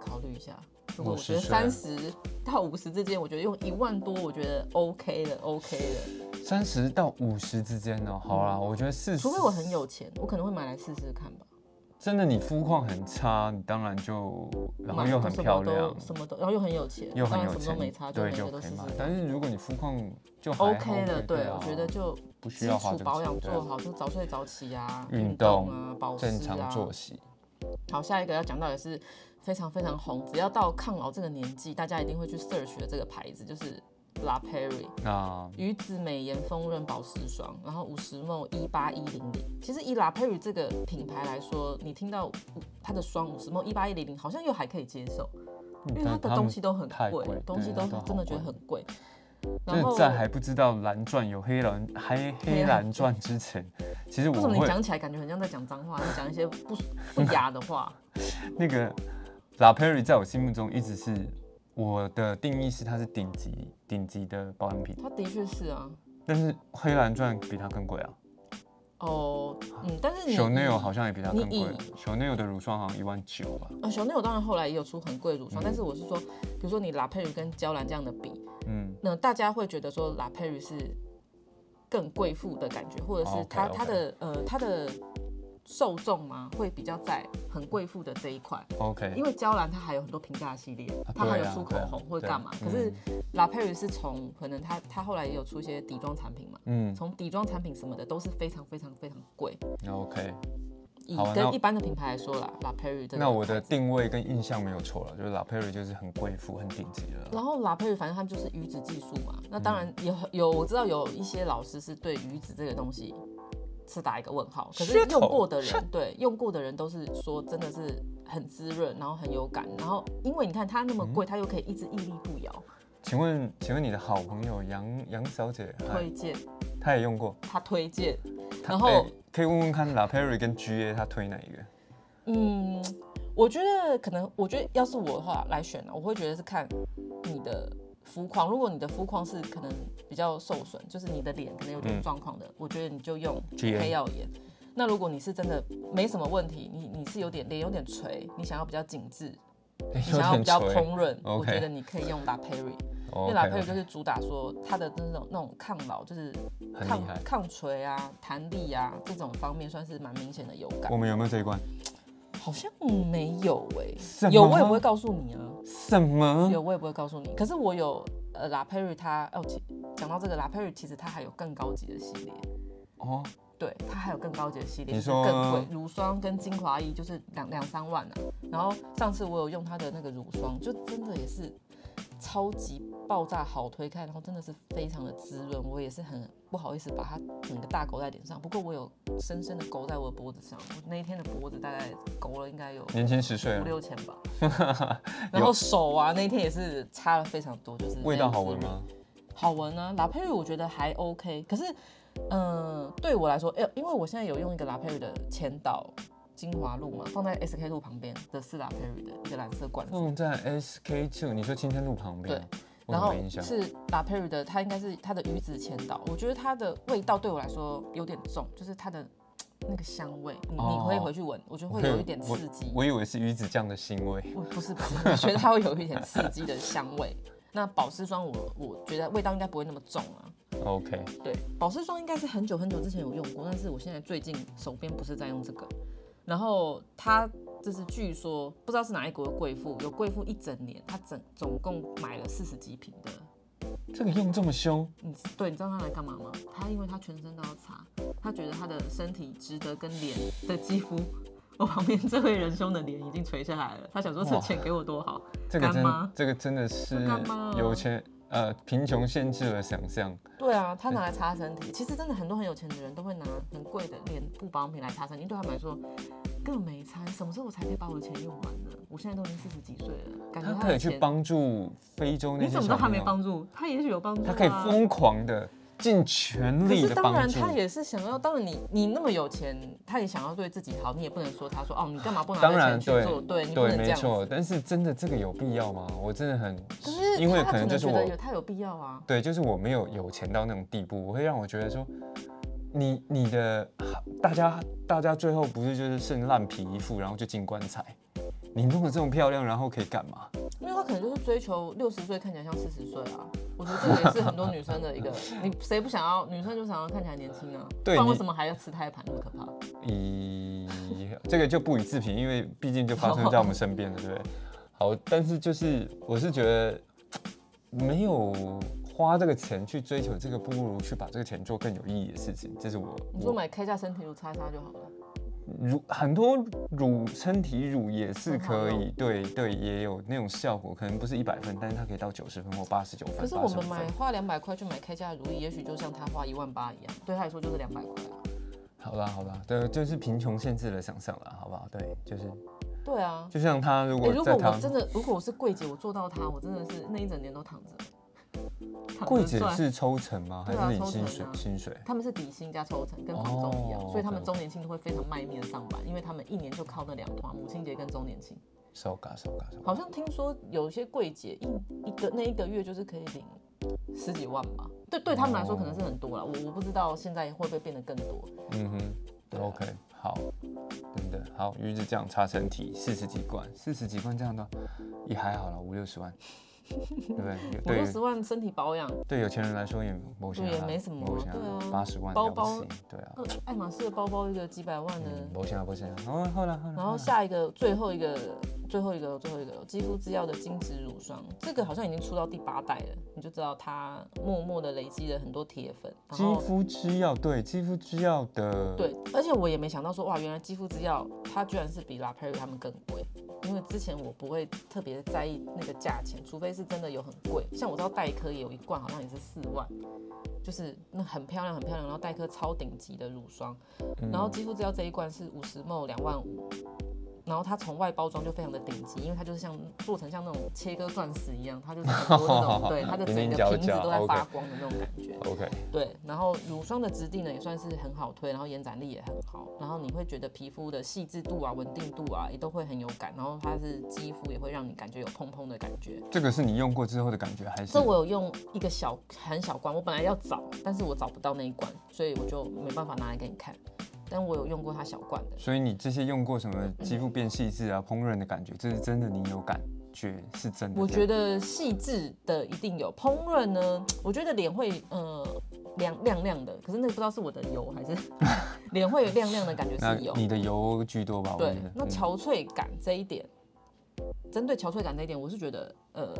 Speaker 2: 考虑一下。如果我觉得
Speaker 1: 50岁啊
Speaker 2: 三十到五十之间，我觉得用一万多，我觉得 OK 了，OK 了。
Speaker 1: 三十到五十之间哦。好啦，我觉得四十，
Speaker 2: 嗯除非我很有钱，我可能会买来试试看吧。
Speaker 1: 真的你肤况很差，你当然就然后又很漂亮
Speaker 2: 买，什么都什么都，然后又很有钱，
Speaker 1: 又很
Speaker 2: 当然
Speaker 1: 有
Speaker 2: 什么
Speaker 1: 钱
Speaker 2: 都没差，，就
Speaker 1: 对，
Speaker 2: 每
Speaker 1: 就
Speaker 2: 个都
Speaker 1: 可
Speaker 2: 试
Speaker 1: 以
Speaker 2: 试
Speaker 1: 买。
Speaker 2: 看。
Speaker 1: 但是如果你肤况就还
Speaker 2: OK 的，对
Speaker 1: 啊
Speaker 2: 我觉得就
Speaker 1: 不需
Speaker 2: 基
Speaker 1: 要花
Speaker 2: 础
Speaker 1: 这个
Speaker 2: 保
Speaker 1: 钱
Speaker 2: 养
Speaker 1: 对
Speaker 2: 做好，就早睡早起啊，
Speaker 1: 运
Speaker 2: 动
Speaker 1: 动
Speaker 2: 啊，保湿啊，
Speaker 1: 正常作息。
Speaker 2: 好，下一个要讲到也是非常非常红，只要到抗老这个年纪，大家一定会去 search 的这个牌子就是 La Prairie
Speaker 1: 那
Speaker 2: 鱼子美颜丰润保湿霜，然后五十 ml 一八一零零。其实以 La Prairie 这个品牌来说，你听到它的霜五十 ml 一八一零零，好像又还可以接受，因为它
Speaker 1: 嗯但
Speaker 2: 的
Speaker 1: 们
Speaker 2: 东西都很
Speaker 1: 太
Speaker 2: 贵，
Speaker 1: 贵
Speaker 2: 东西
Speaker 1: 对
Speaker 2: 都
Speaker 1: 它都
Speaker 2: 真的
Speaker 1: 好
Speaker 2: 觉
Speaker 1: 贵
Speaker 2: 得很贵。然
Speaker 1: 就
Speaker 2: 后啊
Speaker 1: 是在还不知道蓝钻有黑蓝黑黑蓝钻之前，其实我
Speaker 2: 为什么你
Speaker 1: 会
Speaker 2: 讲起来感觉很像在讲脏话，你讲一些不 不雅的话？
Speaker 1: 那个 La Prairie 在我心目中一直是我的定义是它是顶级顶级的保养品。
Speaker 2: 它的确是啊，
Speaker 1: 但是黑蓝钻比它更贵啊
Speaker 2: 哦，嗯，但是你
Speaker 1: ，Chanel 好像也比它更
Speaker 2: 你
Speaker 1: 贵啊
Speaker 2: 以
Speaker 1: ，Chanel 的乳霜好像一万九吧，
Speaker 2: 啊，小 l 当然后来也有出很贵的乳霜，
Speaker 1: 嗯
Speaker 2: 但是我是说，比如说你拉佩瑞跟娇兰这样的比，
Speaker 1: 嗯，
Speaker 2: 那大家会觉得说拉佩瑞是更贵妇的感觉，或者是
Speaker 1: 哦 OK，
Speaker 2: 它
Speaker 1: OK
Speaker 2: 它的呃它的受众嘛会比较在很贵妇的这一块，
Speaker 1: ，OK，
Speaker 2: 因为娇兰它还有很多平价系列，它
Speaker 1: 对
Speaker 2: 还有
Speaker 1: 啊
Speaker 2: 出口
Speaker 1: 对啊
Speaker 2: 红或
Speaker 1: 对嗯
Speaker 2: 干嘛，可是拉佩瑞是从可能它它后来也有出一些底妆产品嘛，
Speaker 1: 嗯
Speaker 2: 从底妆产品什么的都是非常非常非常贵，
Speaker 1: ，OK，
Speaker 2: 以
Speaker 1: 好啊那
Speaker 2: 跟
Speaker 1: 我
Speaker 2: 一般的品牌来说啦，拉佩瑞
Speaker 1: 那我的定位跟印象没有错了，就是 La Prairie 就是很贵妇、很顶级的了，
Speaker 2: 然后拉佩瑞，反正他们就是鱼子技术嘛。那当
Speaker 1: 嗯
Speaker 2: 然有有，我知道有一些老师是对鱼子这个东西是打一个问号，可是
Speaker 1: 噱
Speaker 2: 用
Speaker 1: 头
Speaker 2: 过的
Speaker 1: 噱
Speaker 2: 人，对用过的人都是说真的是很滋润，然后很有感，然后因为你看它那
Speaker 1: 嗯
Speaker 2: 么贵，它又可以一直屹立不摇，
Speaker 1: 请问，请问你的好朋友杨杨小姐，她
Speaker 2: 推荐
Speaker 1: 她也用过，
Speaker 2: 它推荐，
Speaker 1: 她
Speaker 2: 然后、
Speaker 1: 哎可以问问看 La Prairie 跟 GA 她推哪一个？
Speaker 2: 嗯，我觉得可能，我觉得要是我的话来选啊呢，我会觉得是看你的肤况。如果你的肤况是可能比较受损，就是你的脸可能有点
Speaker 1: 嗯
Speaker 2: 状况的，我觉得你就用
Speaker 1: GA
Speaker 2: 黑耀眼。那如果你是真的没什么问题，你你是有点脸有点垂，你想要比较紧致，
Speaker 1: 你
Speaker 2: 你想要比较
Speaker 1: 欸
Speaker 2: 丰润，我
Speaker 1: OK
Speaker 2: 觉得你可以用 La Prairie，因为 La
Speaker 1: OK，
Speaker 2: Prairie 就是主打说它的那种那种抗老，就是
Speaker 1: 很厉害
Speaker 2: 抗。抗垂啊、弹力啊这种方面算是蛮明显的有感
Speaker 1: 我。们有没有这一关？
Speaker 2: 好像没有哎、
Speaker 1: 什么
Speaker 2: 有我也不会告诉你啊，
Speaker 1: 什么？
Speaker 2: 有我也不会告诉你。可是我有呃拉佩瑞它哦，其讲到这个拉佩瑞，其实它还有更高级的系列，
Speaker 1: 哦，
Speaker 2: 对，它还有更高级的系列，
Speaker 1: 你
Speaker 2: 就是
Speaker 1: 说
Speaker 2: 更贵，乳霜跟精华液就是两两三万啊。然后上次我有用它的那个乳霜，就真的也是超级爆炸好推开，然后真的是非常的滋润。我也是很不好意思把它整个大勾在脸上，不过我有深深的勾在我的脖子上。我那一天的脖子大概勾了应该有
Speaker 1: 年轻十岁啊
Speaker 2: 五
Speaker 1: 了，
Speaker 2: 六千 吧。然后手啊，那一天也是擦了非常多，就是非常
Speaker 1: 味道好
Speaker 2: 滋
Speaker 1: 闻
Speaker 2: 润？
Speaker 1: 吗？
Speaker 2: 好闻啊，拉佩瑞我觉得还 OK，可是，嗯、对我来说，哎、因为我现在有用一个拉佩瑞的前导精华露嘛，放在 SK 露旁边的是拉佩瑞的一个蓝色罐子，
Speaker 1: 放在 SK two，你说青天路旁边，嗯我
Speaker 2: 然
Speaker 1: 怎
Speaker 2: 后
Speaker 1: 么没印象？
Speaker 2: 是拉佩瑞的，它应该是它的鱼子前导，我觉得它的味道对我来说有点重，就是它的嘖那个香味，你你
Speaker 1: 哦
Speaker 2: 可以回去闻，我觉得会有一点刺激。
Speaker 1: 我以为是鱼子酱的腥味。
Speaker 2: 我不是不是， 我觉得它会有一点刺激的香味。那保湿霜我我觉得味道应该不会那么重啊，
Speaker 1: OK，
Speaker 2: 对，保湿霜应该是很久很久之前有用过，但是我现在最近手边不是在用这个。然后它就是据说不知道是哪一国的贵妇，有贵妇一整年，她整总共买了四十几瓶的。
Speaker 1: 这个用这么凶，
Speaker 2: 你对，你知道她来干嘛吗？她因为她全身都要擦，她觉得她的身体值得跟脸的肌肤。 我旁边这位仁兄的脸已经垂下来了，他想说这
Speaker 1: 哇
Speaker 2: 钱给我多好，
Speaker 1: 这个
Speaker 2: 干妈
Speaker 1: 真这个真的是
Speaker 2: 干妈
Speaker 1: 有钱呃贫穷限制了想象。
Speaker 2: 对啊，他
Speaker 1: 嗯
Speaker 2: 拿来擦身体。其实真的很多很有钱的人都会拿很贵的脸部保养品来擦身体，对他们来说更没差。什么时候我才可以把我的钱用完呢？我现在都已经四十几岁了，感觉
Speaker 1: 他
Speaker 2: 他
Speaker 1: 可
Speaker 2: 的
Speaker 1: 以去
Speaker 2: 钱，
Speaker 1: 帮助非洲那
Speaker 2: 你
Speaker 1: 些
Speaker 2: 怎
Speaker 1: 小朋
Speaker 2: 么知
Speaker 1: 友，
Speaker 2: 道他没帮助？他也许有帮助、啊，
Speaker 1: 他可以疯狂的尽全
Speaker 2: 可
Speaker 1: 力
Speaker 2: 是
Speaker 1: 的
Speaker 2: 当
Speaker 1: 帮
Speaker 2: 然，
Speaker 1: 助。
Speaker 2: 他也是想要。当然你，你那么有钱，他也想要对自己好，你也不能说他说哦，你干嘛不拿
Speaker 1: 当
Speaker 2: 这
Speaker 1: 然
Speaker 2: 钱去
Speaker 1: 对
Speaker 2: 做？对你不
Speaker 1: 对，
Speaker 2: 能这
Speaker 1: 没
Speaker 2: 样子。
Speaker 1: 错，但是真的这个有必要吗？我真的很
Speaker 2: 可，是
Speaker 1: 因为
Speaker 2: 他
Speaker 1: 可能就是
Speaker 2: 觉
Speaker 1: 我
Speaker 2: 得有他有必要啊。
Speaker 1: 对，就是我没有有钱到那种地步，我会让我觉得说，你你的大家大家最后不是就是剩烂皮一副，然后就进棺材，你弄得这么漂亮，然后可以干嘛？
Speaker 2: 因为他可能就是追求六十岁看起来像四十岁啊，我觉得这个也是很多女生的 一个，你谁不想要？女生就想要看起来年轻啊，
Speaker 1: 对
Speaker 2: 不然为
Speaker 1: 你
Speaker 2: 什么还要吃胎盘那么可怕？
Speaker 1: 咦，这个就不予置评，因为毕竟就发生在我们身边了，对不 对？好，但是就是我是觉得没有花这个钱去追求这个，不如去把这个钱做更有意义的事情，这是我
Speaker 2: 你
Speaker 1: 我
Speaker 2: 说买 K 价身体乳擦一擦就好了。
Speaker 1: 乳很多乳身体乳也是
Speaker 2: 很好
Speaker 1: 可以
Speaker 2: 用，
Speaker 1: 对对，也有那种效果，可能不是一百分，但是它可以到九十分或八十九分。
Speaker 2: 可是我们
Speaker 1: 85
Speaker 2: 买
Speaker 1: 分
Speaker 2: 花两百块去买 K 价如意，也许就像他花一万八一样，对他来说就是两百块啊。
Speaker 1: 好啦好啦，对，就是贫穷限制了想象啦，好不好？对，就是
Speaker 2: 对啊，
Speaker 1: 就像他如
Speaker 2: 哎、
Speaker 1: 果
Speaker 2: 如果
Speaker 1: 在他
Speaker 2: 我真的，如果我是柜姐，我做到他，我真的是那一整年都躺着。躺着
Speaker 1: 柜姐
Speaker 2: 赚
Speaker 1: 是抽成吗？还
Speaker 2: 对啊
Speaker 1: 是你
Speaker 2: 抽成
Speaker 1: 薪水
Speaker 2: 啊
Speaker 1: 薪水？
Speaker 2: 他们是底薪加抽成，跟房东一样，
Speaker 1: 哦
Speaker 2: 所以他们
Speaker 1: OK，OK
Speaker 2: 周年庆都会非常卖命的上班，因为他们一年就靠那两团，母亲节跟周年庆。
Speaker 1: 手嘎手嘎手嘎。
Speaker 2: 好像听说有一些柜姐一一个那一个月就是可以领十几万吧，对对他们来说可能是很多了，我我不知道现在会不会变得更多。
Speaker 1: 嗯哼
Speaker 2: 对啊
Speaker 1: ，OK，好，真的好，鱼子酱擦身体四十几罐，四十几罐这样的也还好啦，五六 十万，对不对？有
Speaker 2: 五
Speaker 1: 对
Speaker 2: 六十万身体保养，
Speaker 1: 对有钱人来说也没钱、啊，
Speaker 2: 对也没什么啊
Speaker 1: 没钱、
Speaker 2: 对啊
Speaker 1: 八十万
Speaker 2: 包
Speaker 1: 了不
Speaker 2: 包
Speaker 1: 起，对啊，
Speaker 2: 呃爱马仕的包包一个几百万的，
Speaker 1: 嗯，没钱啊，没钱啊，好了好了好了。
Speaker 2: 然后
Speaker 1: 好啦
Speaker 2: 下一个最后一个最后一个最后一个肌肤之钥的精致乳霜，这个好像已经出到第八代了，你就知道它默默的累积了很多铁粉，然
Speaker 1: 肌
Speaker 2: 后。
Speaker 1: 肤之钥，对肌肤之钥的，
Speaker 2: 对，而且我也没想到说，哇，原来肌肤之钥它居然是比拉佩瑞他们更贵，因为之前我不会特别在意那个价钱，除非是真的有很贵，像我知道黛珂也有一罐好像也是四万，就是那很漂亮很漂亮，然后黛珂超顶级的乳霜，
Speaker 1: 嗯
Speaker 2: 然后肌肤之钥这一罐是五十 ml 两万五。然后它从外包装就非常的顶级，因为它就是像做成像那种切割钻石一样，它就是很多那 种对它的整
Speaker 1: 零零
Speaker 2: 个
Speaker 1: 角
Speaker 2: 瓶子
Speaker 1: 角
Speaker 2: 都在发
Speaker 1: ，OK
Speaker 2: 光的那种感觉。
Speaker 1: OK，
Speaker 2: 对，然后乳霜的质地呢也算是很好推，然后延展力也很好，然后你会觉得皮肤的细致度啊、稳定度啊也都会很有感，然后它是肌肤也会让你感觉有蓬蓬的感觉。
Speaker 1: 这个是你用过之后的感觉还是？
Speaker 2: 这我有用一个小很小罐，我本来要找，但是我找不到那一罐，所以我就没办法拿来给你看。但我有用过它小罐的，
Speaker 1: 所以你这些用过什么肌肤变细致啊、烹饪的感觉，这是真的，你有感觉是真的。
Speaker 2: 我觉得细致的一定有，烹饪呢，我觉得脸会呃亮亮亮的，可是那个不知道是我的油还是 脸会有亮亮的感觉
Speaker 1: 那
Speaker 2: 是有。
Speaker 1: 你的油居多吧？我
Speaker 2: 对
Speaker 1: 觉得，
Speaker 2: 那
Speaker 1: 嗯
Speaker 2: 憔悴感这一点，针对憔悴感这一点，我是觉得呃，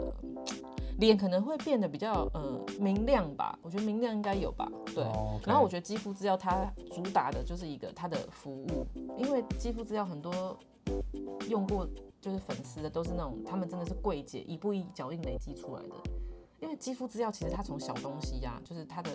Speaker 2: 脸可能会变得比较呃明亮吧，我觉得明亮应该有吧，对。
Speaker 1: 哦，OK
Speaker 2: 然后我觉得肌肤之钥它主打的就是一个它的服务，因为肌肤之钥很多用过就是粉丝的都是那种他们真的是柜姐一步一脚印累积出来的，因为肌肤之钥其实它从小东西呀、就是它的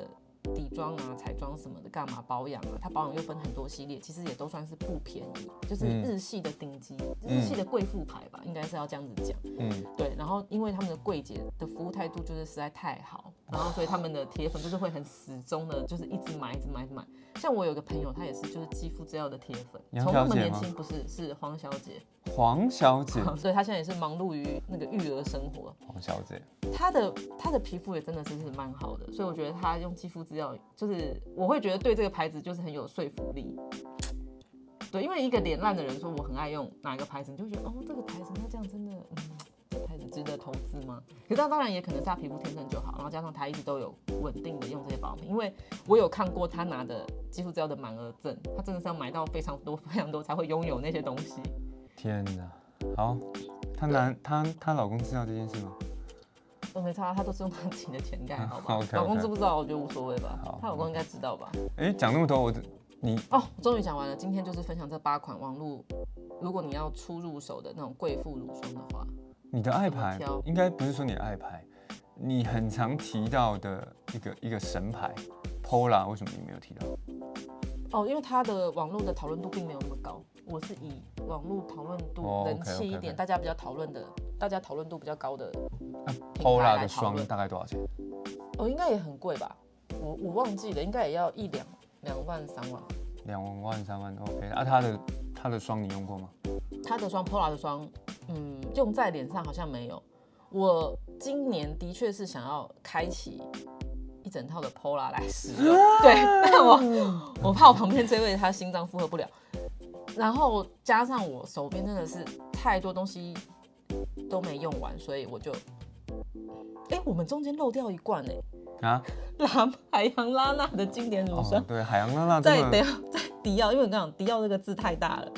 Speaker 2: 底妆啊、彩妆什么的，干嘛保养啊，它保养又分很多系列，其实也都算是不便宜，就是
Speaker 1: 嗯
Speaker 2: 日系的顶级、
Speaker 1: 嗯
Speaker 2: 日系的贵妇牌吧，应该是要这样子讲。
Speaker 1: 嗯，
Speaker 2: 对，然后因为他们的柜姐的服务态度就是实在太好，然后所以他们的铁粉就是会很始终的，就是一直买，一直买，一直买。像我有个朋友，她也是就是肌肤之钥的铁粉，
Speaker 1: 杨
Speaker 2: 从
Speaker 1: 小
Speaker 2: 那么
Speaker 1: 姐
Speaker 2: 年
Speaker 1: 吗
Speaker 2: 轻不是是黄小姐，
Speaker 1: 黄小姐，
Speaker 2: 所以她现在也是忙碌于那个育儿生活。
Speaker 1: 黄小姐，
Speaker 2: 她的她的皮肤也真的是是蛮好的，所以我觉得她用肌肤之钥，就是我会觉得对这个牌子就是很有说服力。对，因为一个脸烂的人说我很爱用哪一个牌子，你就会觉得哦，这个牌子那这样真的，嗯，这牌子值得投资吗？可是他当然也可能是他皮肤天生就好，然后加上他一直都有稳定的用这些保养品，因为我有看过他拿的肌肤之钥的满额赠，他真的是要买到非常多非常多才会拥有那些东西。
Speaker 1: 天哪，好，她男她她老公知道这件事吗？
Speaker 2: 我哦没差，她都是用她自己的钱 盖，好吧？
Speaker 1: OK，OK
Speaker 2: 老公知不知道，我觉得无所谓吧
Speaker 1: 好。
Speaker 2: 她老公应该知道吧？
Speaker 1: 哎，讲那么多，我这你
Speaker 2: 哦，终于讲完了，今天就是分享这八款网络，如果你要初入手的那种贵妇乳霜的话，
Speaker 1: 你的爱牌
Speaker 2: 怎么挑
Speaker 1: 应该不是说你的爱牌，你很常提到的一个一个神牌 Pola，为什么你没有提到？
Speaker 2: 哦，因为它的网络的讨论度并没有那么高，我是以网络讨论
Speaker 1: 哦
Speaker 2: 度人气一
Speaker 1: OK，OK，OK
Speaker 2: 点，大家比较讨论的，大家讨论度比较高的，品牌
Speaker 1: Pola
Speaker 2: 来
Speaker 1: 的
Speaker 2: 讨
Speaker 1: 霜
Speaker 2: 论
Speaker 1: 大概多少钱？
Speaker 2: 哦，应该也很贵吧？我我忘记了，应该也要一两两万三万。
Speaker 1: 两万三万，OK。啊，它的它的霜你用过吗？
Speaker 2: 它的霜 Pola 的霜，嗯，用在脸上好像没有。我今年的确是想要开启一整套的 Pola 来使用，对，但我我怕我旁边这位他心脏负荷不了，然后加上我手边真的是太多东西都没用完，所以我就，哎、我们中间漏掉一罐哎、
Speaker 1: 啊，
Speaker 2: 拉海洋拉娜的经典乳霜
Speaker 1: 哦，，对，海洋娜娜
Speaker 2: 在
Speaker 1: 真
Speaker 2: 等一
Speaker 1: 的，
Speaker 2: 下在迪奥，因为我跟你讲，迪奥这个字太大了，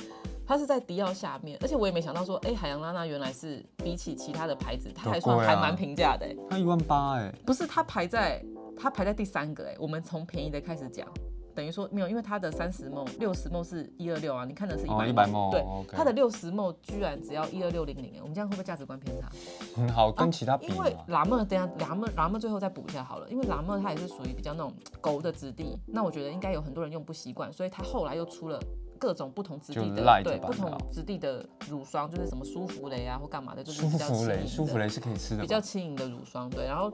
Speaker 2: 它是在迪奥下面，而且我也没想到说，哎、海洋拉娜原来是比起其他的牌子，它还算
Speaker 1: 有贵啊
Speaker 2: 还蛮平价的、哎
Speaker 1: 它一万八哎，
Speaker 2: 不是它排在它排在第三个、哎，我们从便宜的开始讲。等于说没有，因为它的三十梦、六十梦是一二六啊，你看的是一
Speaker 1: 哦
Speaker 2: 百
Speaker 1: 100 ml
Speaker 2: 对
Speaker 1: 哦，，OK
Speaker 2: 它的六十梦居然只要一二六零零，哎，我们这样会不会价值观偏差？
Speaker 1: 很嗯好，跟其他比
Speaker 2: 因
Speaker 1: 嘛
Speaker 2: 为，拉莫，等一下拉莫拉莫最后再补一下好了，因为拉莫它也是属于比较那种狗的质地，那我觉得应该有很多人用不习惯，所以它后来又出了各种不同质地
Speaker 1: 就
Speaker 2: 的
Speaker 1: 赖，着
Speaker 2: 对
Speaker 1: 吧
Speaker 2: 不同
Speaker 1: 然后
Speaker 2: 质地的乳霜，就是什么舒芙蕾啊或干嘛的，就是
Speaker 1: 舒
Speaker 2: 比较
Speaker 1: 芙
Speaker 2: 轻
Speaker 1: 蕾，
Speaker 2: 盈
Speaker 1: 舒芙
Speaker 2: 的
Speaker 1: 蕾是可以吃的
Speaker 2: 比较
Speaker 1: 吧，
Speaker 2: 轻盈的乳霜，对，然后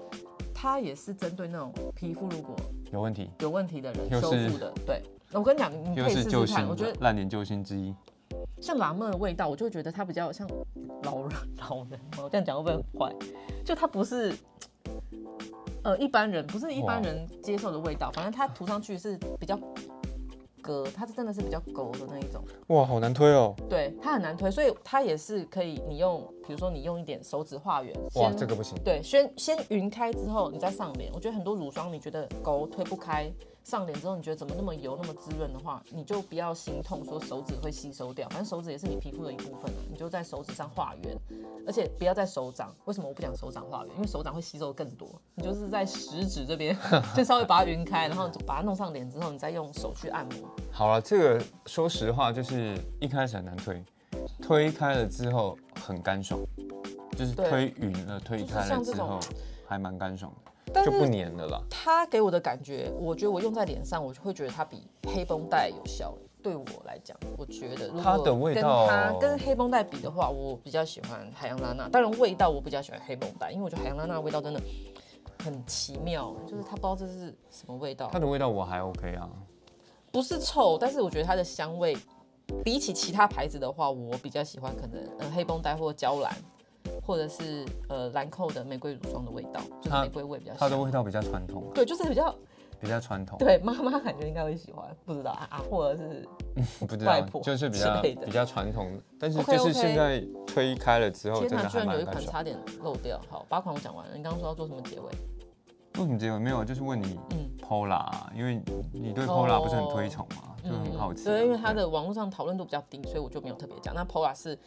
Speaker 2: 它也是针对那种皮肤如果
Speaker 1: 有问题，
Speaker 2: 有问题的人
Speaker 1: 又
Speaker 2: 修
Speaker 1: 是
Speaker 2: 复的，对。我跟你讲，你可
Speaker 1: 又
Speaker 2: 以
Speaker 1: 是
Speaker 2: 试
Speaker 1: 救
Speaker 2: 试
Speaker 1: 星
Speaker 2: 看，我觉得
Speaker 1: 烂脸救星之一。
Speaker 2: 像拉莫的味道，我就会觉得它比较像老人老人。我这样讲会不会很坏？就它不是呃一般人不是一般人接受的味道，反正它涂上去是比较隔，它是真的是比较勾的那一种。
Speaker 1: 哇，好难推哦！
Speaker 2: 对，它很难推，所以它也是可以你用，比如说你用一点手指画圆，
Speaker 1: 哇，
Speaker 2: 先
Speaker 1: 这个不行。
Speaker 2: 对，先先匀开之后，你再上脸。我觉得很多乳霜，你觉得勾推不开，上脸之后你觉得怎么那么油、那么滋润的话，你就不要心痛，说手指会吸收掉。反正手指也是你皮肤的一部分啊，你就在手指上画圆，而且不要在手掌。为什么我不讲手掌画圆？因为手掌会吸收更多。你就是在食指这边， 就稍微把它匀开，然后把它弄上脸之后，你再用手去按摩。
Speaker 1: 好了，这个说实话就是一开始很难推，推开了之后很干爽，就是
Speaker 2: 对
Speaker 1: 推匀了，推
Speaker 2: 就是
Speaker 1: 开了
Speaker 2: 像
Speaker 1: 之
Speaker 2: 这
Speaker 1: 后
Speaker 2: 种
Speaker 1: 还蛮干爽的，
Speaker 2: 但
Speaker 1: 就不
Speaker 2: 是
Speaker 1: 粘了啦。
Speaker 2: 它给我的感觉，我觉得我用在脸上，我就会觉得它比黑绷带有效。对我来讲，我觉得如果
Speaker 1: 它的嗯味道
Speaker 2: 跟它跟黑绷带比的话，我比较喜欢海洋拉娜。当然，味道我比较喜欢黑绷带，因为我觉得海洋拉娜的味道真的很奇妙，就是它不知道这是什么味道
Speaker 1: 它，的味道我还 OK 啊，
Speaker 2: 不是臭，但是我觉得它的香味比起其他牌子的话，我比较喜欢可能呃黑绷带或娇兰，或者是呃兰蔻的玫瑰乳霜的味道，就是
Speaker 1: 它
Speaker 2: 玫瑰味比较
Speaker 1: 它的
Speaker 2: 香。
Speaker 1: 味道比较传统，
Speaker 2: 对，就是比较
Speaker 1: 比较传统。
Speaker 2: 对，妈妈感觉应该会喜欢，不知道啊，啊或者是
Speaker 1: 不知
Speaker 2: 外
Speaker 1: 道，
Speaker 2: 婆
Speaker 1: 就是比
Speaker 2: 之
Speaker 1: 较
Speaker 2: 类的
Speaker 1: 比较传统的，但是
Speaker 2: OK，
Speaker 1: 就是
Speaker 2: OK
Speaker 1: 现在推开了之后，
Speaker 2: 天
Speaker 1: 真
Speaker 2: 哪，
Speaker 1: 的
Speaker 2: 居
Speaker 1: 还
Speaker 2: 然有
Speaker 1: 蛮
Speaker 2: 一
Speaker 1: 干
Speaker 2: 款
Speaker 1: 爽。
Speaker 2: 差点漏掉。好，八款我讲完了，你刚刚说要做什么结尾？
Speaker 1: 为什么结尾没有？就是问你
Speaker 2: 嗯
Speaker 1: Pola，啊因为你对
Speaker 2: 哦
Speaker 1: Pola 不是很推
Speaker 2: 嗯
Speaker 1: 崇嘛，就很好奇啊。
Speaker 2: 对，因为它的网络上讨论度比较低，所以我就没有特别讲。那 Pola 是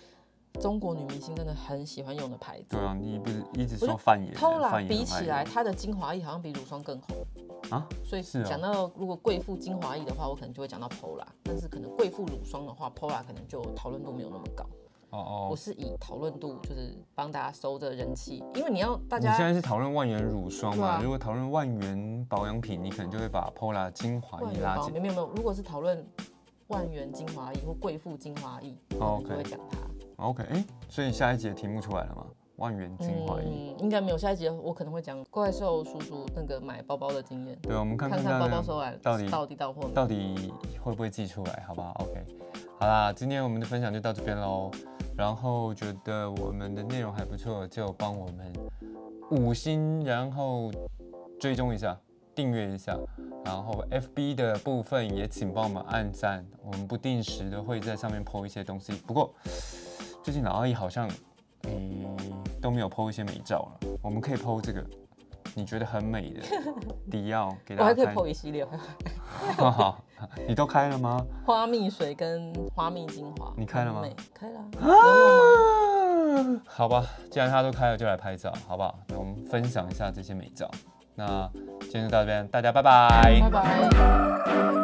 Speaker 2: 中国女明星真的很喜欢用的牌子
Speaker 1: 对。啊，你不是一直
Speaker 2: 我
Speaker 1: 说
Speaker 2: 就
Speaker 1: 范爷，
Speaker 2: 偷
Speaker 1: 范
Speaker 2: 懒
Speaker 1: 爷
Speaker 2: 比
Speaker 1: 很
Speaker 2: 起
Speaker 1: 卖
Speaker 2: 来，
Speaker 1: 力
Speaker 2: 它的精华液好像比乳霜更红。
Speaker 1: 啊，
Speaker 2: 所以
Speaker 1: 是哦
Speaker 2: 讲到如果贵妇精华液的话，我可能就会讲到 Pola，但是可能贵妇乳霜的话，Pola 可能就讨论度没有那么高。
Speaker 1: 哦
Speaker 2: 我
Speaker 1: 哦，
Speaker 2: 是以讨论度就是帮大家收这人气，因为你要大
Speaker 1: 你现
Speaker 2: 家
Speaker 1: 在是讨论万元乳霜
Speaker 2: 对
Speaker 1: 嘛？
Speaker 2: 啊
Speaker 1: 如果讨论万元保养品，你可能就会把 Pola 精华
Speaker 2: 万
Speaker 1: 液
Speaker 2: 元
Speaker 1: 拉
Speaker 2: 包
Speaker 1: 进
Speaker 2: 没有没有没有，如果是讨论万元精华液或贵妇精华液，
Speaker 1: 哦
Speaker 2: 我可能就
Speaker 1: OK
Speaker 2: 会讲它。
Speaker 1: OK，哎、所以下一集的题目出来了吗？万元精华液。
Speaker 2: 嗯，应该没有。下一集我可能会讲怪兽叔叔那个买包包的经验，
Speaker 1: 对，我们看
Speaker 2: 看
Speaker 1: 大
Speaker 2: 看包包
Speaker 1: 家
Speaker 2: 收完
Speaker 1: 到底
Speaker 2: 到底到货没。
Speaker 1: 到底会不会寄出来，好不好？OK，好啦，今天我们的分享就到这边喽。然后觉得我们的内容还不错，就帮我们五星，然后追踪一下，订阅一下。然后 FB 的部分也请帮我们按赞，我们不定时的会在上面 PO 一些东西。不过最近老阿姨好像嗯都没有 PO 一些美照了，我们可以 PO 这个你觉得很美 的迪奥给
Speaker 2: 我
Speaker 1: 大家
Speaker 2: 还可以
Speaker 1: 看。
Speaker 2: 剖一系列
Speaker 1: 哈哈，你都开了吗？
Speaker 2: 花蜜水跟花蜜精华，
Speaker 1: 你开了吗
Speaker 2: 很美？开了啊，有用 吗？
Speaker 1: 好吧，既然他都开了，就来拍照，好不好？那我们分享一下这些美照。那今天就到这边，大家拜拜
Speaker 2: 拜拜。